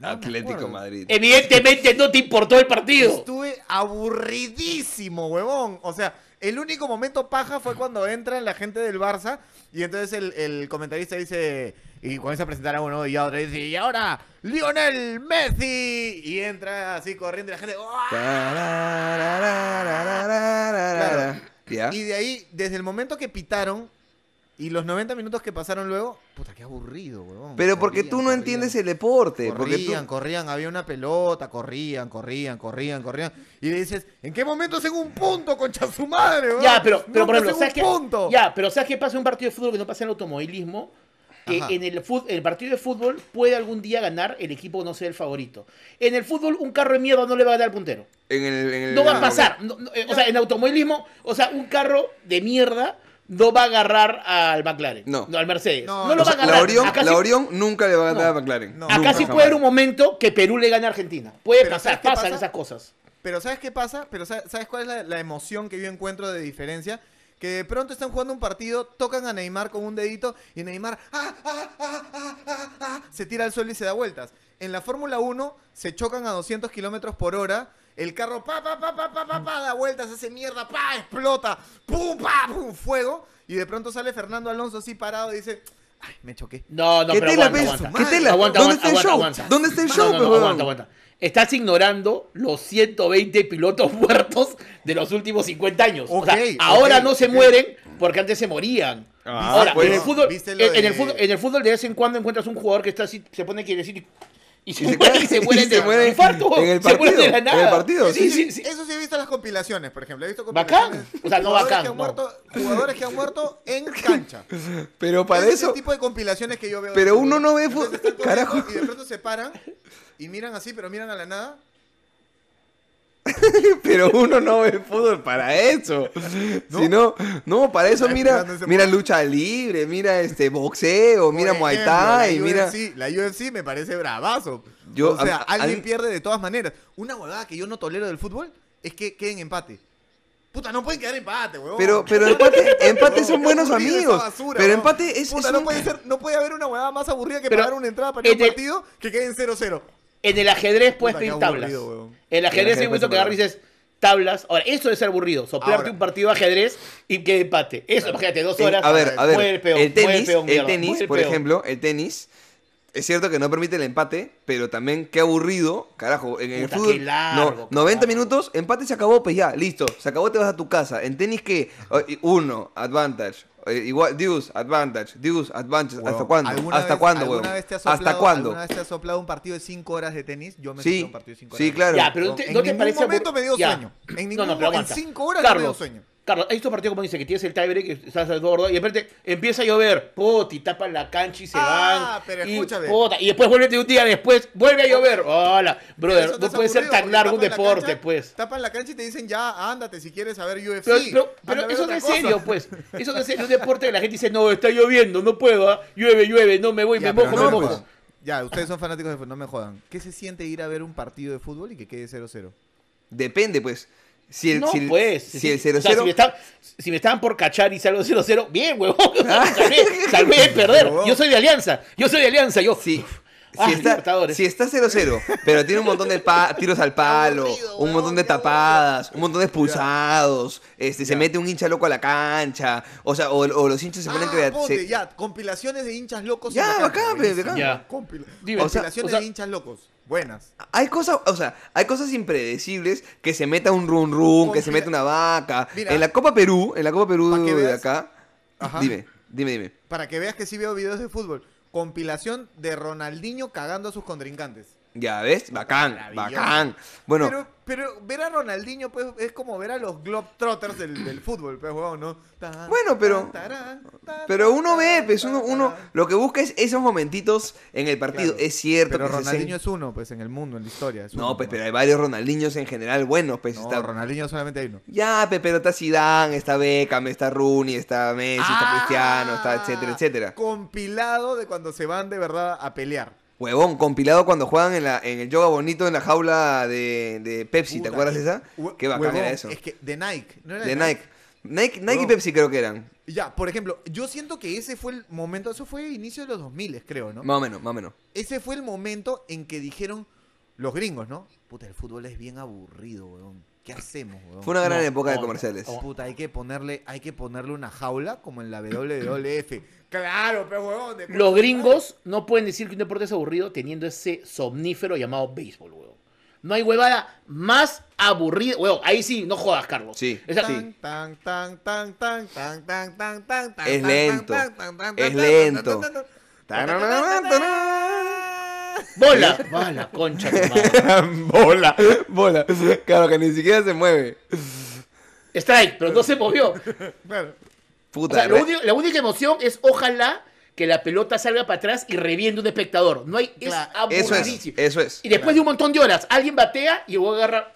[SPEAKER 1] No me acuerdo.
[SPEAKER 3] Ah, Madrid.
[SPEAKER 2] Evidentemente no te importó el partido.
[SPEAKER 1] Estuve aburridísimo, huevón. O sea, el único momento paja fue cuando entran la gente del Barça y entonces el, el comentarista dice, y comienza a presentar a uno y a otro y dice, y ahora, Lionel Messi. Y entra así corriendo y la gente... ¡ah!
[SPEAKER 3] Tarararararararara. ¿Ya?
[SPEAKER 1] Y de ahí, desde el momento que pitaron y los 90 minutos que pasaron luego, puta, qué aburrido, huevón.
[SPEAKER 3] Pero porque tú no
[SPEAKER 1] Corrían,
[SPEAKER 3] entiendes
[SPEAKER 1] corrían.
[SPEAKER 3] el
[SPEAKER 2] Este,
[SPEAKER 3] deporte. Porque tú...
[SPEAKER 1] Corrían, corrían, había una pelota, corrían, corrían, corrían, corrían. Y le dices, ¿en qué momento hacen un punto, concha su madre? weón?
[SPEAKER 2] Ya, pero, pero por
[SPEAKER 1] Nunca
[SPEAKER 2] ejemplo,
[SPEAKER 1] hacen
[SPEAKER 2] ¿sabes qué?
[SPEAKER 1] un punto.
[SPEAKER 2] Ya, pero ¿sabes qué pasa en un partido de fútbol que no pasa en el automovilismo? Que
[SPEAKER 1] Ajá.
[SPEAKER 2] en el, fut- el partido de fútbol puede algún día ganar el equipo que no sea el favorito. En el fútbol, un carro de mierda no le va a ganar al puntero.
[SPEAKER 3] En el, en el-
[SPEAKER 2] No va a pasar. No- no, eh, o sea, en automovilismo, o sea, un carro de mierda no va a agarrar al McLaren.
[SPEAKER 3] No.
[SPEAKER 2] al Mercedes. No,
[SPEAKER 1] No,
[SPEAKER 2] lo
[SPEAKER 3] O
[SPEAKER 2] va a
[SPEAKER 3] sea,
[SPEAKER 2] agarrar.
[SPEAKER 3] la, Orión,
[SPEAKER 2] acá
[SPEAKER 3] la
[SPEAKER 2] sí,
[SPEAKER 3] Orión nunca le va a ganar
[SPEAKER 2] No.
[SPEAKER 3] a McLaren.
[SPEAKER 1] No.
[SPEAKER 2] acá
[SPEAKER 3] Nunca,
[SPEAKER 2] sí
[SPEAKER 3] jamás.
[SPEAKER 2] puede haber un momento que Perú le gane a Argentina. Puede
[SPEAKER 1] Pero
[SPEAKER 2] pasar,
[SPEAKER 1] ¿sabes qué
[SPEAKER 2] pasan
[SPEAKER 1] pasa?
[SPEAKER 2] esas cosas.
[SPEAKER 1] Pero ¿sabes qué pasa? Pero sa- ¿sabes cuál es la, la emoción que yo encuentro de diferencia? Que de pronto están jugando un partido, tocan a Neymar con un dedito y Neymar ¡ah, ah, ah, ah, ah, ah! se tira al suelo y se da vueltas. En la Fórmula 1 se chocan a 200 kilómetros por hora, el carro pa, pa, pa, pa, pa, pa, pa, da vueltas, hace mierda, pa, explota, pum, pa, pum, fuego. Y de pronto sale Fernando Alonso así parado y dice, ay, me choqué.
[SPEAKER 2] No, no,
[SPEAKER 3] ¿Qué
[SPEAKER 2] pero
[SPEAKER 3] tela,
[SPEAKER 2] aguanta,
[SPEAKER 3] ves?
[SPEAKER 2] aguanta.
[SPEAKER 3] ¿Qué tela?
[SPEAKER 2] Aguanta,
[SPEAKER 3] ¿Dónde
[SPEAKER 2] aguanta,
[SPEAKER 3] está el
[SPEAKER 2] aguanta,
[SPEAKER 3] show?
[SPEAKER 2] aguanta.
[SPEAKER 3] ¿Dónde está el
[SPEAKER 2] No, no,
[SPEAKER 3] show,
[SPEAKER 2] no,
[SPEAKER 3] huevón?
[SPEAKER 2] aguanta, aguanta. Estás ignorando los 120 pilotos muertos de los últimos 50 años. O sea,
[SPEAKER 1] Ok,
[SPEAKER 2] ahora
[SPEAKER 1] ok,
[SPEAKER 2] no se
[SPEAKER 1] ok.
[SPEAKER 2] mueren porque antes se morían.
[SPEAKER 3] Ah,
[SPEAKER 2] ahora,
[SPEAKER 3] pues,
[SPEAKER 2] en, el fútbol,
[SPEAKER 1] ¿viste
[SPEAKER 2] en,
[SPEAKER 1] lo
[SPEAKER 2] en el
[SPEAKER 1] de-
[SPEAKER 2] fútbol, en el fútbol de vez en cuando encuentras un jugador que está así, se pone quiere y, y se
[SPEAKER 3] Y se
[SPEAKER 2] muere
[SPEAKER 3] cae,
[SPEAKER 2] y se muere
[SPEAKER 3] y se
[SPEAKER 2] de
[SPEAKER 3] muere
[SPEAKER 2] infarto.
[SPEAKER 3] en el
[SPEAKER 2] se muere de
[SPEAKER 3] partido,
[SPEAKER 2] la
[SPEAKER 3] en el
[SPEAKER 2] nada.
[SPEAKER 3] partido,
[SPEAKER 2] Sí,
[SPEAKER 3] sí,
[SPEAKER 2] sí, sí.
[SPEAKER 1] Eso sí he visto las compilaciones, por ejemplo. He visto
[SPEAKER 2] Bacán.
[SPEAKER 1] compilaciones.
[SPEAKER 2] O sea, no
[SPEAKER 1] Jugadores
[SPEAKER 2] bacán,
[SPEAKER 1] que han
[SPEAKER 2] no.
[SPEAKER 1] muerto- jugadores que han muerto en cancha.
[SPEAKER 3] Pero para
[SPEAKER 1] Ese es el
[SPEAKER 3] eso,
[SPEAKER 1] tipo de compilaciones que yo veo.
[SPEAKER 3] Pero
[SPEAKER 1] de
[SPEAKER 3] uno
[SPEAKER 1] fútbol.
[SPEAKER 3] no ve
[SPEAKER 1] Entonces
[SPEAKER 3] fútbol.
[SPEAKER 1] están corriendo
[SPEAKER 3] Carajo.
[SPEAKER 1] Y de pronto se paran y miran así, pero miran a la nada.
[SPEAKER 3] pero uno no ve fútbol para eso. Si no, no, para eso
[SPEAKER 1] Está
[SPEAKER 3] mira,
[SPEAKER 1] esperando ese
[SPEAKER 3] mira lucha libre, mira este boxeo, mira
[SPEAKER 1] Por
[SPEAKER 3] Muay
[SPEAKER 1] ejemplo,
[SPEAKER 3] Thai,
[SPEAKER 1] la
[SPEAKER 3] mira.
[SPEAKER 1] UFC, la UFC me parece bravazo.
[SPEAKER 3] Yo-
[SPEAKER 1] o sea,
[SPEAKER 3] a- a-
[SPEAKER 1] alguien
[SPEAKER 3] a-
[SPEAKER 1] pierde de todas maneras. Una huevada que yo no tolero del fútbol es que queden empate. Puta, no pueden quedar empate, huevón.
[SPEAKER 3] Pero, pero empate, empate son
[SPEAKER 1] Qué
[SPEAKER 3] buenos
[SPEAKER 1] aburrido esa
[SPEAKER 3] amigos.
[SPEAKER 1] basura,
[SPEAKER 3] Pero
[SPEAKER 1] huevón.
[SPEAKER 3] empate es,
[SPEAKER 1] Puta,
[SPEAKER 3] es
[SPEAKER 1] no,
[SPEAKER 3] un-
[SPEAKER 1] puede ser- no puede haber una huevada más aburrida que
[SPEAKER 2] Pero
[SPEAKER 1] pagar una entrada para ir a
[SPEAKER 2] en
[SPEAKER 1] un
[SPEAKER 2] el-
[SPEAKER 1] partido que queden 0-0.
[SPEAKER 2] En el ajedrez puedes
[SPEAKER 1] Puta,
[SPEAKER 2] pedir
[SPEAKER 1] qué
[SPEAKER 2] tablas.
[SPEAKER 1] aburrido, weón.
[SPEAKER 2] El ajedrez hay un
[SPEAKER 3] puedes
[SPEAKER 2] momento que agarras y
[SPEAKER 3] separar.
[SPEAKER 2] dices tablas. Ahora, eso es ser aburrido. Soplarte
[SPEAKER 1] Ahora.
[SPEAKER 2] un partido de ajedrez y que empate. Eso, imagínate, dos
[SPEAKER 3] Eh,
[SPEAKER 2] horas.
[SPEAKER 3] A ver, a ver.
[SPEAKER 2] Muere el peón,
[SPEAKER 3] el
[SPEAKER 2] muere
[SPEAKER 3] tenis,
[SPEAKER 2] el peón,
[SPEAKER 3] el
[SPEAKER 2] mierda,
[SPEAKER 3] tenis
[SPEAKER 2] muere el
[SPEAKER 3] por
[SPEAKER 2] peón.
[SPEAKER 3] ejemplo, el tenis. Es cierto que no permite el empate, pero también qué aburrido, carajo, en el
[SPEAKER 2] Puta, qué
[SPEAKER 3] fútbol.
[SPEAKER 2] largo,
[SPEAKER 3] no,
[SPEAKER 2] carajo.
[SPEAKER 3] 90 minutos, empate se acabó, pues ya, listo, se acabó, te vas a tu casa. En tenis que uno, advantage, eh, igual, deuce, advantage, deuce, advantage, ¿hasta
[SPEAKER 1] Huevón,
[SPEAKER 3] cuándo?
[SPEAKER 1] ¿alguna
[SPEAKER 3] ¿Hasta
[SPEAKER 1] vez-
[SPEAKER 3] cuándo,
[SPEAKER 1] alguna
[SPEAKER 3] huevón?
[SPEAKER 1] vez te ha
[SPEAKER 3] ¿Hasta
[SPEAKER 1] soplado-
[SPEAKER 3] cuándo?
[SPEAKER 1] ¿Alguna vez te ha soplado un partido de 5 horas de tenis? Yo me soplé
[SPEAKER 3] Sí,
[SPEAKER 1] un partido de 5 horas.
[SPEAKER 3] sí,
[SPEAKER 1] de
[SPEAKER 3] claro.
[SPEAKER 2] Ya, pero
[SPEAKER 1] No,
[SPEAKER 2] te-
[SPEAKER 1] en
[SPEAKER 2] no te
[SPEAKER 1] ningún
[SPEAKER 2] parece aburrido.
[SPEAKER 1] momento me dio sueño. En ningún
[SPEAKER 2] pero
[SPEAKER 1] momento. En
[SPEAKER 2] aguanta.
[SPEAKER 1] cinco horas no me
[SPEAKER 2] Carlos,
[SPEAKER 1] dio sueño.
[SPEAKER 2] Carlos, hay estos partidos como dice que tienes el tiebreak, que estás al gordo y de repente empieza a llover, puta, y tapan la cancha y se
[SPEAKER 1] Ah,
[SPEAKER 2] van.
[SPEAKER 1] pero
[SPEAKER 2] y,
[SPEAKER 1] escúchame.
[SPEAKER 2] puta, y después vuelve un día después, vuelve a llover. Hola,
[SPEAKER 1] Eso
[SPEAKER 2] brother,
[SPEAKER 1] te
[SPEAKER 2] no
[SPEAKER 1] has
[SPEAKER 2] puede ser
[SPEAKER 1] aburrido,
[SPEAKER 2] tan
[SPEAKER 1] porque
[SPEAKER 2] largo un
[SPEAKER 1] tapan la
[SPEAKER 2] deporte,
[SPEAKER 1] cancha-
[SPEAKER 2] pues.
[SPEAKER 1] Tapan la cancha y te dicen ya, ándate si quieres saber UFC.
[SPEAKER 2] Pero, pero- pero
[SPEAKER 1] anda a ver
[SPEAKER 2] eso no
[SPEAKER 1] otra
[SPEAKER 2] es
[SPEAKER 1] cosa.
[SPEAKER 2] serio, pues. Eso no es serio. Un deporte que la gente dice, no, está lloviendo, no puedo, ah, llueve, llueve, no me voy,
[SPEAKER 1] Ya,
[SPEAKER 2] me
[SPEAKER 1] pero
[SPEAKER 2] mojo,
[SPEAKER 1] no
[SPEAKER 2] me
[SPEAKER 1] me
[SPEAKER 2] mojo.
[SPEAKER 3] pues.
[SPEAKER 1] jodan. Ya, ustedes son fanáticos de fútbol, no me jodan. ¿Qué se siente ir a ver un partido de fútbol y que quede 0-0?
[SPEAKER 3] Depende, pues. Si el,
[SPEAKER 2] no,
[SPEAKER 3] si el-
[SPEAKER 2] pues.
[SPEAKER 3] si
[SPEAKER 2] sí.
[SPEAKER 3] el
[SPEAKER 2] O sea,
[SPEAKER 3] 0-0
[SPEAKER 2] si, me estaban, si me estaban por cachar y salgo 0-0, bien, huevón. salvé, salvé de perder.
[SPEAKER 1] Huevón.
[SPEAKER 2] Yo soy de Alianza. Yo soy de Alianza. Yo.
[SPEAKER 3] Si,
[SPEAKER 2] Ah,
[SPEAKER 3] si está,
[SPEAKER 2] Libertadores.
[SPEAKER 3] si está 0-0, pero tiene un montón de pa- tiros al palo,
[SPEAKER 1] Aburrido,
[SPEAKER 3] un montón de
[SPEAKER 1] huevón, qué
[SPEAKER 3] tapadas, un montón de expulsados, este, se
[SPEAKER 1] Ya.
[SPEAKER 3] mete un hincha loco a la cancha, o sea, o, o los hinchas se ponen
[SPEAKER 1] Ah,
[SPEAKER 3] creativos.
[SPEAKER 1] ponte, ya, compilaciones de hinchas locos.
[SPEAKER 3] Ya,
[SPEAKER 1] en la cancha,
[SPEAKER 3] bacán, pe,
[SPEAKER 1] buenísimo.
[SPEAKER 3] bacán.
[SPEAKER 2] Ya.
[SPEAKER 1] Compil-
[SPEAKER 2] Dime,
[SPEAKER 1] compilaciones
[SPEAKER 3] o sea,
[SPEAKER 2] o sea-
[SPEAKER 1] de hinchas locos. Buenas.
[SPEAKER 3] Hay cosas, o sea, hay cosas impredecibles que se meta un run run, que se
[SPEAKER 1] Confía-
[SPEAKER 3] meta una vaca.
[SPEAKER 1] Mira.
[SPEAKER 3] en la Copa Perú, en la Copa
[SPEAKER 1] Pa'
[SPEAKER 3] Perú
[SPEAKER 1] que
[SPEAKER 3] de
[SPEAKER 1] veas.
[SPEAKER 3] acá.
[SPEAKER 1] Ajá.
[SPEAKER 3] Dime, dime, dime.
[SPEAKER 1] Para que veas que sí veo videos de fútbol. Compilación de Ronaldinho cagando a sus contrincantes.
[SPEAKER 3] Ya ves, bacán,
[SPEAKER 1] Maravilloso.
[SPEAKER 3] bacán. Bueno,
[SPEAKER 1] Pero, pero ver a Ronaldinho pues, es como ver a los Globetrotters del, del fútbol, pues, huevón, ¿no? Ta-
[SPEAKER 3] Bueno, pero-
[SPEAKER 1] ta- tarán, ta-
[SPEAKER 3] pero uno
[SPEAKER 1] tarán,
[SPEAKER 3] ve, pues uno,
[SPEAKER 1] tarán.
[SPEAKER 3] uno lo que busca es esos momentitos en el partido.
[SPEAKER 1] Claro.
[SPEAKER 3] Es cierto
[SPEAKER 1] Pero
[SPEAKER 3] que se
[SPEAKER 1] Ronaldinho
[SPEAKER 3] hacen-
[SPEAKER 1] es uno, pues, en el mundo, en la historia. es
[SPEAKER 3] No,
[SPEAKER 1] uno,
[SPEAKER 3] pues, pero
[SPEAKER 1] ¿no?
[SPEAKER 3] hay varios Ronaldinhos en general buenos, pues
[SPEAKER 1] No,
[SPEAKER 3] está.
[SPEAKER 1] Ronaldinho solamente hay uno.
[SPEAKER 3] Ya, pe, pero está Zidane, está Beckham, está Rooney, está Messi, está Cristiano, está etcétera,
[SPEAKER 1] Ah,
[SPEAKER 3] etcétera.
[SPEAKER 1] Compilado de cuando se van de verdad a pelear.
[SPEAKER 3] Huevón, compilado cuando juegan en, la, en el yoga bonito en la jaula de, de Pepsi, ¿te
[SPEAKER 1] Puta,
[SPEAKER 3] acuerdas de
[SPEAKER 1] qué-
[SPEAKER 3] esa?
[SPEAKER 1] hue-
[SPEAKER 3] Qué bacán
[SPEAKER 1] huevón,
[SPEAKER 3] era eso.
[SPEAKER 1] Es que de Nike, ¿no era
[SPEAKER 3] De Nike. Nike, Nike y
[SPEAKER 1] Huevón.
[SPEAKER 3] Pepsi creo que eran.
[SPEAKER 1] Ya, por ejemplo, yo siento que ese fue el momento, eso fue inicio de los 2000, creo, ¿no?
[SPEAKER 3] Más o menos, más o menos.
[SPEAKER 1] Ese fue el momento en que dijeron los gringos, ¿no? Puta, el fútbol es bien aburrido, weón. ¿Qué hacemos, weón?
[SPEAKER 3] Fue una gran
[SPEAKER 2] No,
[SPEAKER 3] época de
[SPEAKER 2] no,
[SPEAKER 3] comerciales.
[SPEAKER 2] no.
[SPEAKER 1] Puta, hay que ponerle, hay que ponerle una jaula como en la WWF. claro, pero weón. de-
[SPEAKER 2] Los gringos no pueden decir que un deporte es aburrido teniendo ese somnífero llamado béisbol, huevón. No hay huevada más aburrida. Huevón, ahí sí, no jodas, Carlos.
[SPEAKER 3] Sí.
[SPEAKER 2] Esa-
[SPEAKER 1] Tan, tan, tan, tan, tan, tan, tan, tan, tan, tan,
[SPEAKER 3] Es
[SPEAKER 1] tan,
[SPEAKER 3] lento.
[SPEAKER 1] tan, tan, tan, tan,
[SPEAKER 3] Es
[SPEAKER 1] tan,
[SPEAKER 3] lento.
[SPEAKER 1] tan, tan, tan, tan, tan, tan, tan, tan.
[SPEAKER 3] Tarararán.
[SPEAKER 2] ¡Bola! ¡Bola, concha! de tu madre.
[SPEAKER 3] bola, bola. Claro que ni siquiera se mueve.
[SPEAKER 2] Strike, pero no se movió.
[SPEAKER 1] Claro.
[SPEAKER 2] O
[SPEAKER 3] Puta.
[SPEAKER 2] sea, lo
[SPEAKER 3] re-
[SPEAKER 2] único- la única emoción es ojalá que la pelota salga para atrás y reviente un espectador. No hay. Es
[SPEAKER 1] Claro,
[SPEAKER 3] Eso es,
[SPEAKER 2] aburridísimo.
[SPEAKER 3] eso es.
[SPEAKER 2] Y después de un montón de horas, alguien batea y luego agarra.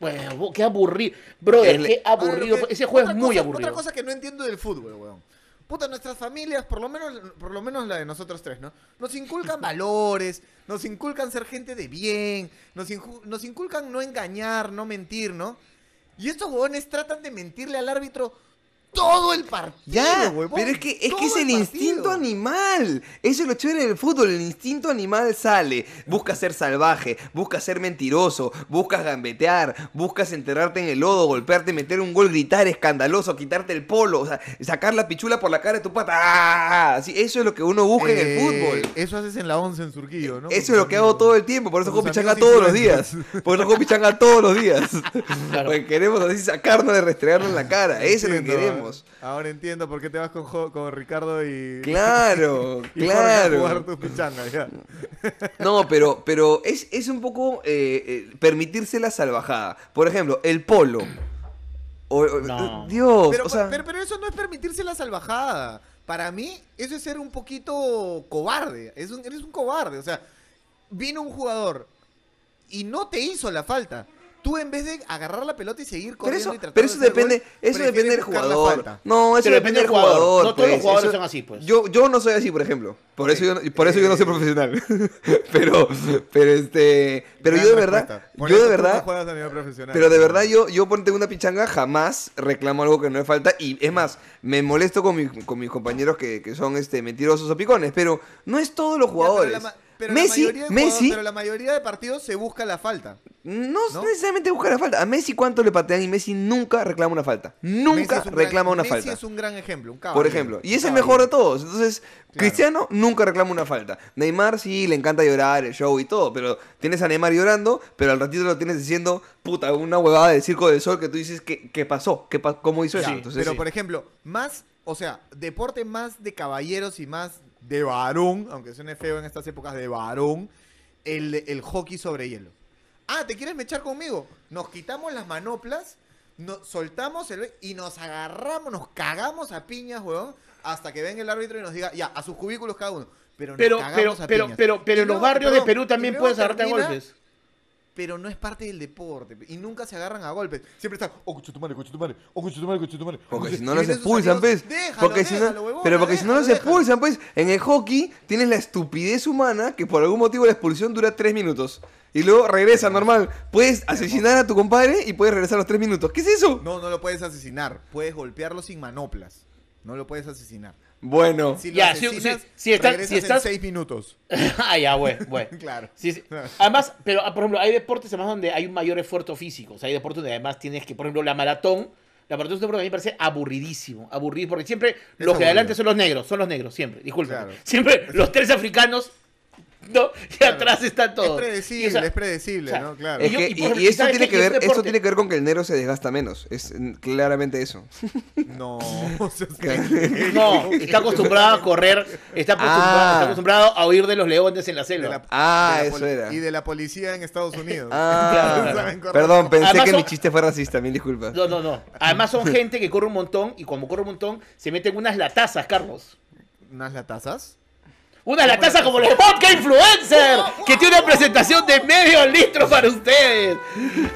[SPEAKER 2] Bueno, qué aburrido. Brother,
[SPEAKER 3] El-
[SPEAKER 2] qué aburrido.
[SPEAKER 1] Ahora, Ah, lo que-
[SPEAKER 2] Ese juego es
[SPEAKER 1] otra
[SPEAKER 2] muy
[SPEAKER 1] cosa-
[SPEAKER 2] aburrido.
[SPEAKER 1] Otra cosa que no entiendo del fútbol, weón. Puta, nuestras familias, por lo menos, por lo menos la de nosotros tres, ¿no? Nos inculcan valores, nos inculcan ser gente de bien, nos, inju- nos inculcan no engañar, no mentir, ¿no? Y estos huevones tratan de mentirle al árbitro todo el partido,
[SPEAKER 3] Ya,
[SPEAKER 1] huevón,
[SPEAKER 3] pero es que es,
[SPEAKER 1] todo
[SPEAKER 3] que es el
[SPEAKER 1] partido.
[SPEAKER 3] instinto animal. Eso es lo chévere del fútbol. El instinto animal sale. Buscas ser salvaje, buscas ser mentiroso, buscas gambetear, buscas enterrarte en el lodo, golpearte, meter un gol, gritar escandaloso, quitarte el polo, o sea, sacar la pichula por la cara de tu pata. ¡Ah! Así, eso es lo que uno busca en el
[SPEAKER 1] Eh,
[SPEAKER 3] fútbol.
[SPEAKER 1] Eso haces en la once en Surquillo, ¿no? Con
[SPEAKER 3] Eso
[SPEAKER 1] tus
[SPEAKER 3] es lo que hago
[SPEAKER 1] amigos.
[SPEAKER 3] todo el tiempo, por eso
[SPEAKER 1] con
[SPEAKER 3] juego
[SPEAKER 1] tus
[SPEAKER 3] pichanga
[SPEAKER 1] amigos
[SPEAKER 3] todos los días.
[SPEAKER 1] influencers.
[SPEAKER 3] Por eso juego pichanga todos los días.
[SPEAKER 2] Claro.
[SPEAKER 3] Porque queremos así sacarnos de restregarnos en la cara. Eso es lo que
[SPEAKER 1] Entiendo,
[SPEAKER 3] queremos.
[SPEAKER 1] Ahora, ahora entiendo por qué te vas con, Jo- con Ricardo y.
[SPEAKER 3] Claro,
[SPEAKER 1] y Jorge a
[SPEAKER 3] claro.
[SPEAKER 1] jugar tus pichangas, ya.
[SPEAKER 3] No, pero, pero es, es un poco eh, eh, permitirse la salvajada. Por ejemplo, el polo. O- o- eh,
[SPEAKER 2] No.
[SPEAKER 3] Dios,
[SPEAKER 1] Pero,
[SPEAKER 3] o sea,
[SPEAKER 1] pero- pero eso no es permitirse la salvajada. Para mí, eso es ser un poquito cobarde. Es un, eres un cobarde. O sea, vino un jugador y no te hizo la falta. Tú, en vez de agarrar la pelota y seguir
[SPEAKER 3] pero
[SPEAKER 1] corriendo
[SPEAKER 3] eso,
[SPEAKER 1] y tratar
[SPEAKER 3] pero eso
[SPEAKER 1] de hacer
[SPEAKER 3] depende,
[SPEAKER 1] gol,
[SPEAKER 3] eso
[SPEAKER 1] prefieres
[SPEAKER 3] depende del
[SPEAKER 1] buscar la
[SPEAKER 3] jugador.
[SPEAKER 1] falta.
[SPEAKER 3] No, eso
[SPEAKER 2] Pero
[SPEAKER 3] depende del jugador.
[SPEAKER 2] No todos los
[SPEAKER 3] pues,
[SPEAKER 2] jugadores
[SPEAKER 3] eso-
[SPEAKER 2] son así, pues.
[SPEAKER 3] Yo, yo no soy así, por ejemplo. Por eso yo no, por eso yo no soy
[SPEAKER 1] Eh.
[SPEAKER 3] profesional. pero, pero este, pero yo de
[SPEAKER 1] Gran
[SPEAKER 3] verdad,
[SPEAKER 1] respuesta. Por
[SPEAKER 3] yo
[SPEAKER 1] eso
[SPEAKER 3] de
[SPEAKER 1] tú no
[SPEAKER 3] verdad,
[SPEAKER 1] juegas a nivel profesional.
[SPEAKER 3] Pero de verdad, yo, yo ponte una pichanga, jamás reclamo algo que no me falta. Y es más, me molesto con, mi- con mis compañeros que, que son este, mentirosos o picones. Pero no es todos los
[SPEAKER 1] Ya, pero
[SPEAKER 3] jugadores.
[SPEAKER 1] la ma- pero la
[SPEAKER 3] Messi,
[SPEAKER 1] mayoría de
[SPEAKER 3] Messi,
[SPEAKER 1] jugadores- Pero la mayoría de partidos se busca la falta.
[SPEAKER 3] no,
[SPEAKER 1] ¿no?
[SPEAKER 3] necesariamente busca la falta. A Messi, ¿cuánto le patean? Y Messi nunca reclama una falta.
[SPEAKER 1] Messi
[SPEAKER 3] Nunca
[SPEAKER 1] es un gran-
[SPEAKER 3] reclama una
[SPEAKER 1] Messi
[SPEAKER 3] falta.
[SPEAKER 1] es un gran ejemplo, un
[SPEAKER 3] Por
[SPEAKER 1] caballero,
[SPEAKER 3] ejemplo. Y
[SPEAKER 1] un
[SPEAKER 3] es el
[SPEAKER 1] caballero.
[SPEAKER 3] mejor de todos. Entonces,
[SPEAKER 1] Claro.
[SPEAKER 3] Cristiano nunca reclama una falta. Neymar sí, le encanta llorar, el show y todo. Pero tienes a Neymar llorando, pero al ratito lo tienes diciendo, puta, una huevada del Circo del Sol que tú dices, ¿qué, qué pasó? ¿Qué pa- ¿Cómo hizo
[SPEAKER 2] Ya,
[SPEAKER 3] eso?
[SPEAKER 2] sí,
[SPEAKER 3] Entonces,
[SPEAKER 1] pero
[SPEAKER 3] sí.
[SPEAKER 1] por ejemplo, más, o sea, deporte más de caballeros y más de varón, aunque suene feo en estas épocas de varón, el, el hockey sobre hielo. Ah, ¿te quieres mechar conmigo? Nos quitamos las manoplas, nos soltamos el y nos agarramos, nos cagamos a piñas, weón, hasta que venga el árbitro y nos diga, ya, a sus cubículos cada uno. Pero nos
[SPEAKER 2] Pero, pero,
[SPEAKER 1] cagamos a
[SPEAKER 2] pero,
[SPEAKER 1] piñas.
[SPEAKER 2] pero, pero
[SPEAKER 1] Y
[SPEAKER 2] en los
[SPEAKER 1] luego-
[SPEAKER 2] barrios de
[SPEAKER 1] perdón,
[SPEAKER 2] Perú
[SPEAKER 1] y
[SPEAKER 2] también
[SPEAKER 1] luego
[SPEAKER 2] puedes agarrarte a
[SPEAKER 1] termina-
[SPEAKER 2] golpes.
[SPEAKER 1] pero no es parte del deporte. Y nunca se agarran a golpes. Siempre están, oh, coche tu madre, coche tu madre, oh, coche tu madre, coche tu madre.
[SPEAKER 3] Porque
[SPEAKER 1] Entonces,
[SPEAKER 3] si no
[SPEAKER 1] y
[SPEAKER 3] los
[SPEAKER 1] vienen sus
[SPEAKER 3] expulsan,
[SPEAKER 1] amigos,
[SPEAKER 3] pues.
[SPEAKER 1] "Déjalo,
[SPEAKER 3] Porque si no,
[SPEAKER 1] déjalo, huevón,
[SPEAKER 3] pero porque si no
[SPEAKER 1] déjalo,
[SPEAKER 3] los
[SPEAKER 1] déjalo".
[SPEAKER 3] expulsan, pues. En el hockey tienes la estupidez humana que por algún motivo la expulsión dura tres minutos. Y luego regresa normal. Puedes asesinar a tu compadre y puedes regresar a los tres minutos. ¿Qué es eso?
[SPEAKER 1] No, no lo puedes asesinar. Puedes golpearlo sin manoplas. No lo puedes asesinar.
[SPEAKER 3] Bueno.
[SPEAKER 1] Si lo
[SPEAKER 2] Ya, si-
[SPEAKER 1] asesinas,
[SPEAKER 2] si- si está-
[SPEAKER 1] regresas
[SPEAKER 2] si estás-
[SPEAKER 1] en seis minutos.
[SPEAKER 2] ah, ya, güey, güey.
[SPEAKER 1] Claro.
[SPEAKER 2] Sí, sí. Además, pero ah, por ejemplo, hay deportes además donde hay un mayor esfuerzo físico. O sea, hay deportes donde además tienes que, por ejemplo, la maratón. La maratón es un deporte que a mí me parece aburridísimo. Aburrido, porque siempre los que
[SPEAKER 1] aburrido.
[SPEAKER 2] adelante son los negros, son los negros, siempre. Disculpen.
[SPEAKER 1] Claro.
[SPEAKER 2] Siempre los tres africanos, ¿no? Y
[SPEAKER 1] Claro.
[SPEAKER 2] atrás están
[SPEAKER 1] Es
[SPEAKER 2] todos.
[SPEAKER 1] predecible,
[SPEAKER 2] Y, o sea,
[SPEAKER 1] es predecible,
[SPEAKER 2] o sea,
[SPEAKER 1] ¿no? Claro.
[SPEAKER 3] Es
[SPEAKER 2] Y yo-
[SPEAKER 3] que-
[SPEAKER 2] y
[SPEAKER 3] y,
[SPEAKER 2] por-
[SPEAKER 3] y
[SPEAKER 2] ¿y
[SPEAKER 3] esto
[SPEAKER 2] sabes
[SPEAKER 3] tiene
[SPEAKER 2] qué?
[SPEAKER 3] que
[SPEAKER 2] Y es
[SPEAKER 3] ver, esto
[SPEAKER 2] deporte.
[SPEAKER 3] tiene que ver con que el negro se desgasta menos. Es mm, claramente eso.
[SPEAKER 1] No. o sea,
[SPEAKER 2] No, está acostumbrado a correr, está acostumbrado,
[SPEAKER 3] Ah.
[SPEAKER 2] está acostumbrado a huir de los leones en la selva.
[SPEAKER 1] de la-
[SPEAKER 3] Ah,
[SPEAKER 1] de la
[SPEAKER 3] eso
[SPEAKER 1] poli-
[SPEAKER 3] era.
[SPEAKER 1] Y de la policía en Estados Unidos.
[SPEAKER 3] Ah,
[SPEAKER 1] Saben correr.
[SPEAKER 3] perdón, pensé
[SPEAKER 2] Además
[SPEAKER 3] que
[SPEAKER 2] son-
[SPEAKER 3] mi chiste fue racista, mil disculpas.
[SPEAKER 2] No, no, no. Además son gente que corre un montón y como corre un montón se meten unas latazas, Carlos.
[SPEAKER 1] ¿Unas latazas?
[SPEAKER 2] Una lataza como los de Vodka Influencer, que tiene una presentación de medio litro para ustedes.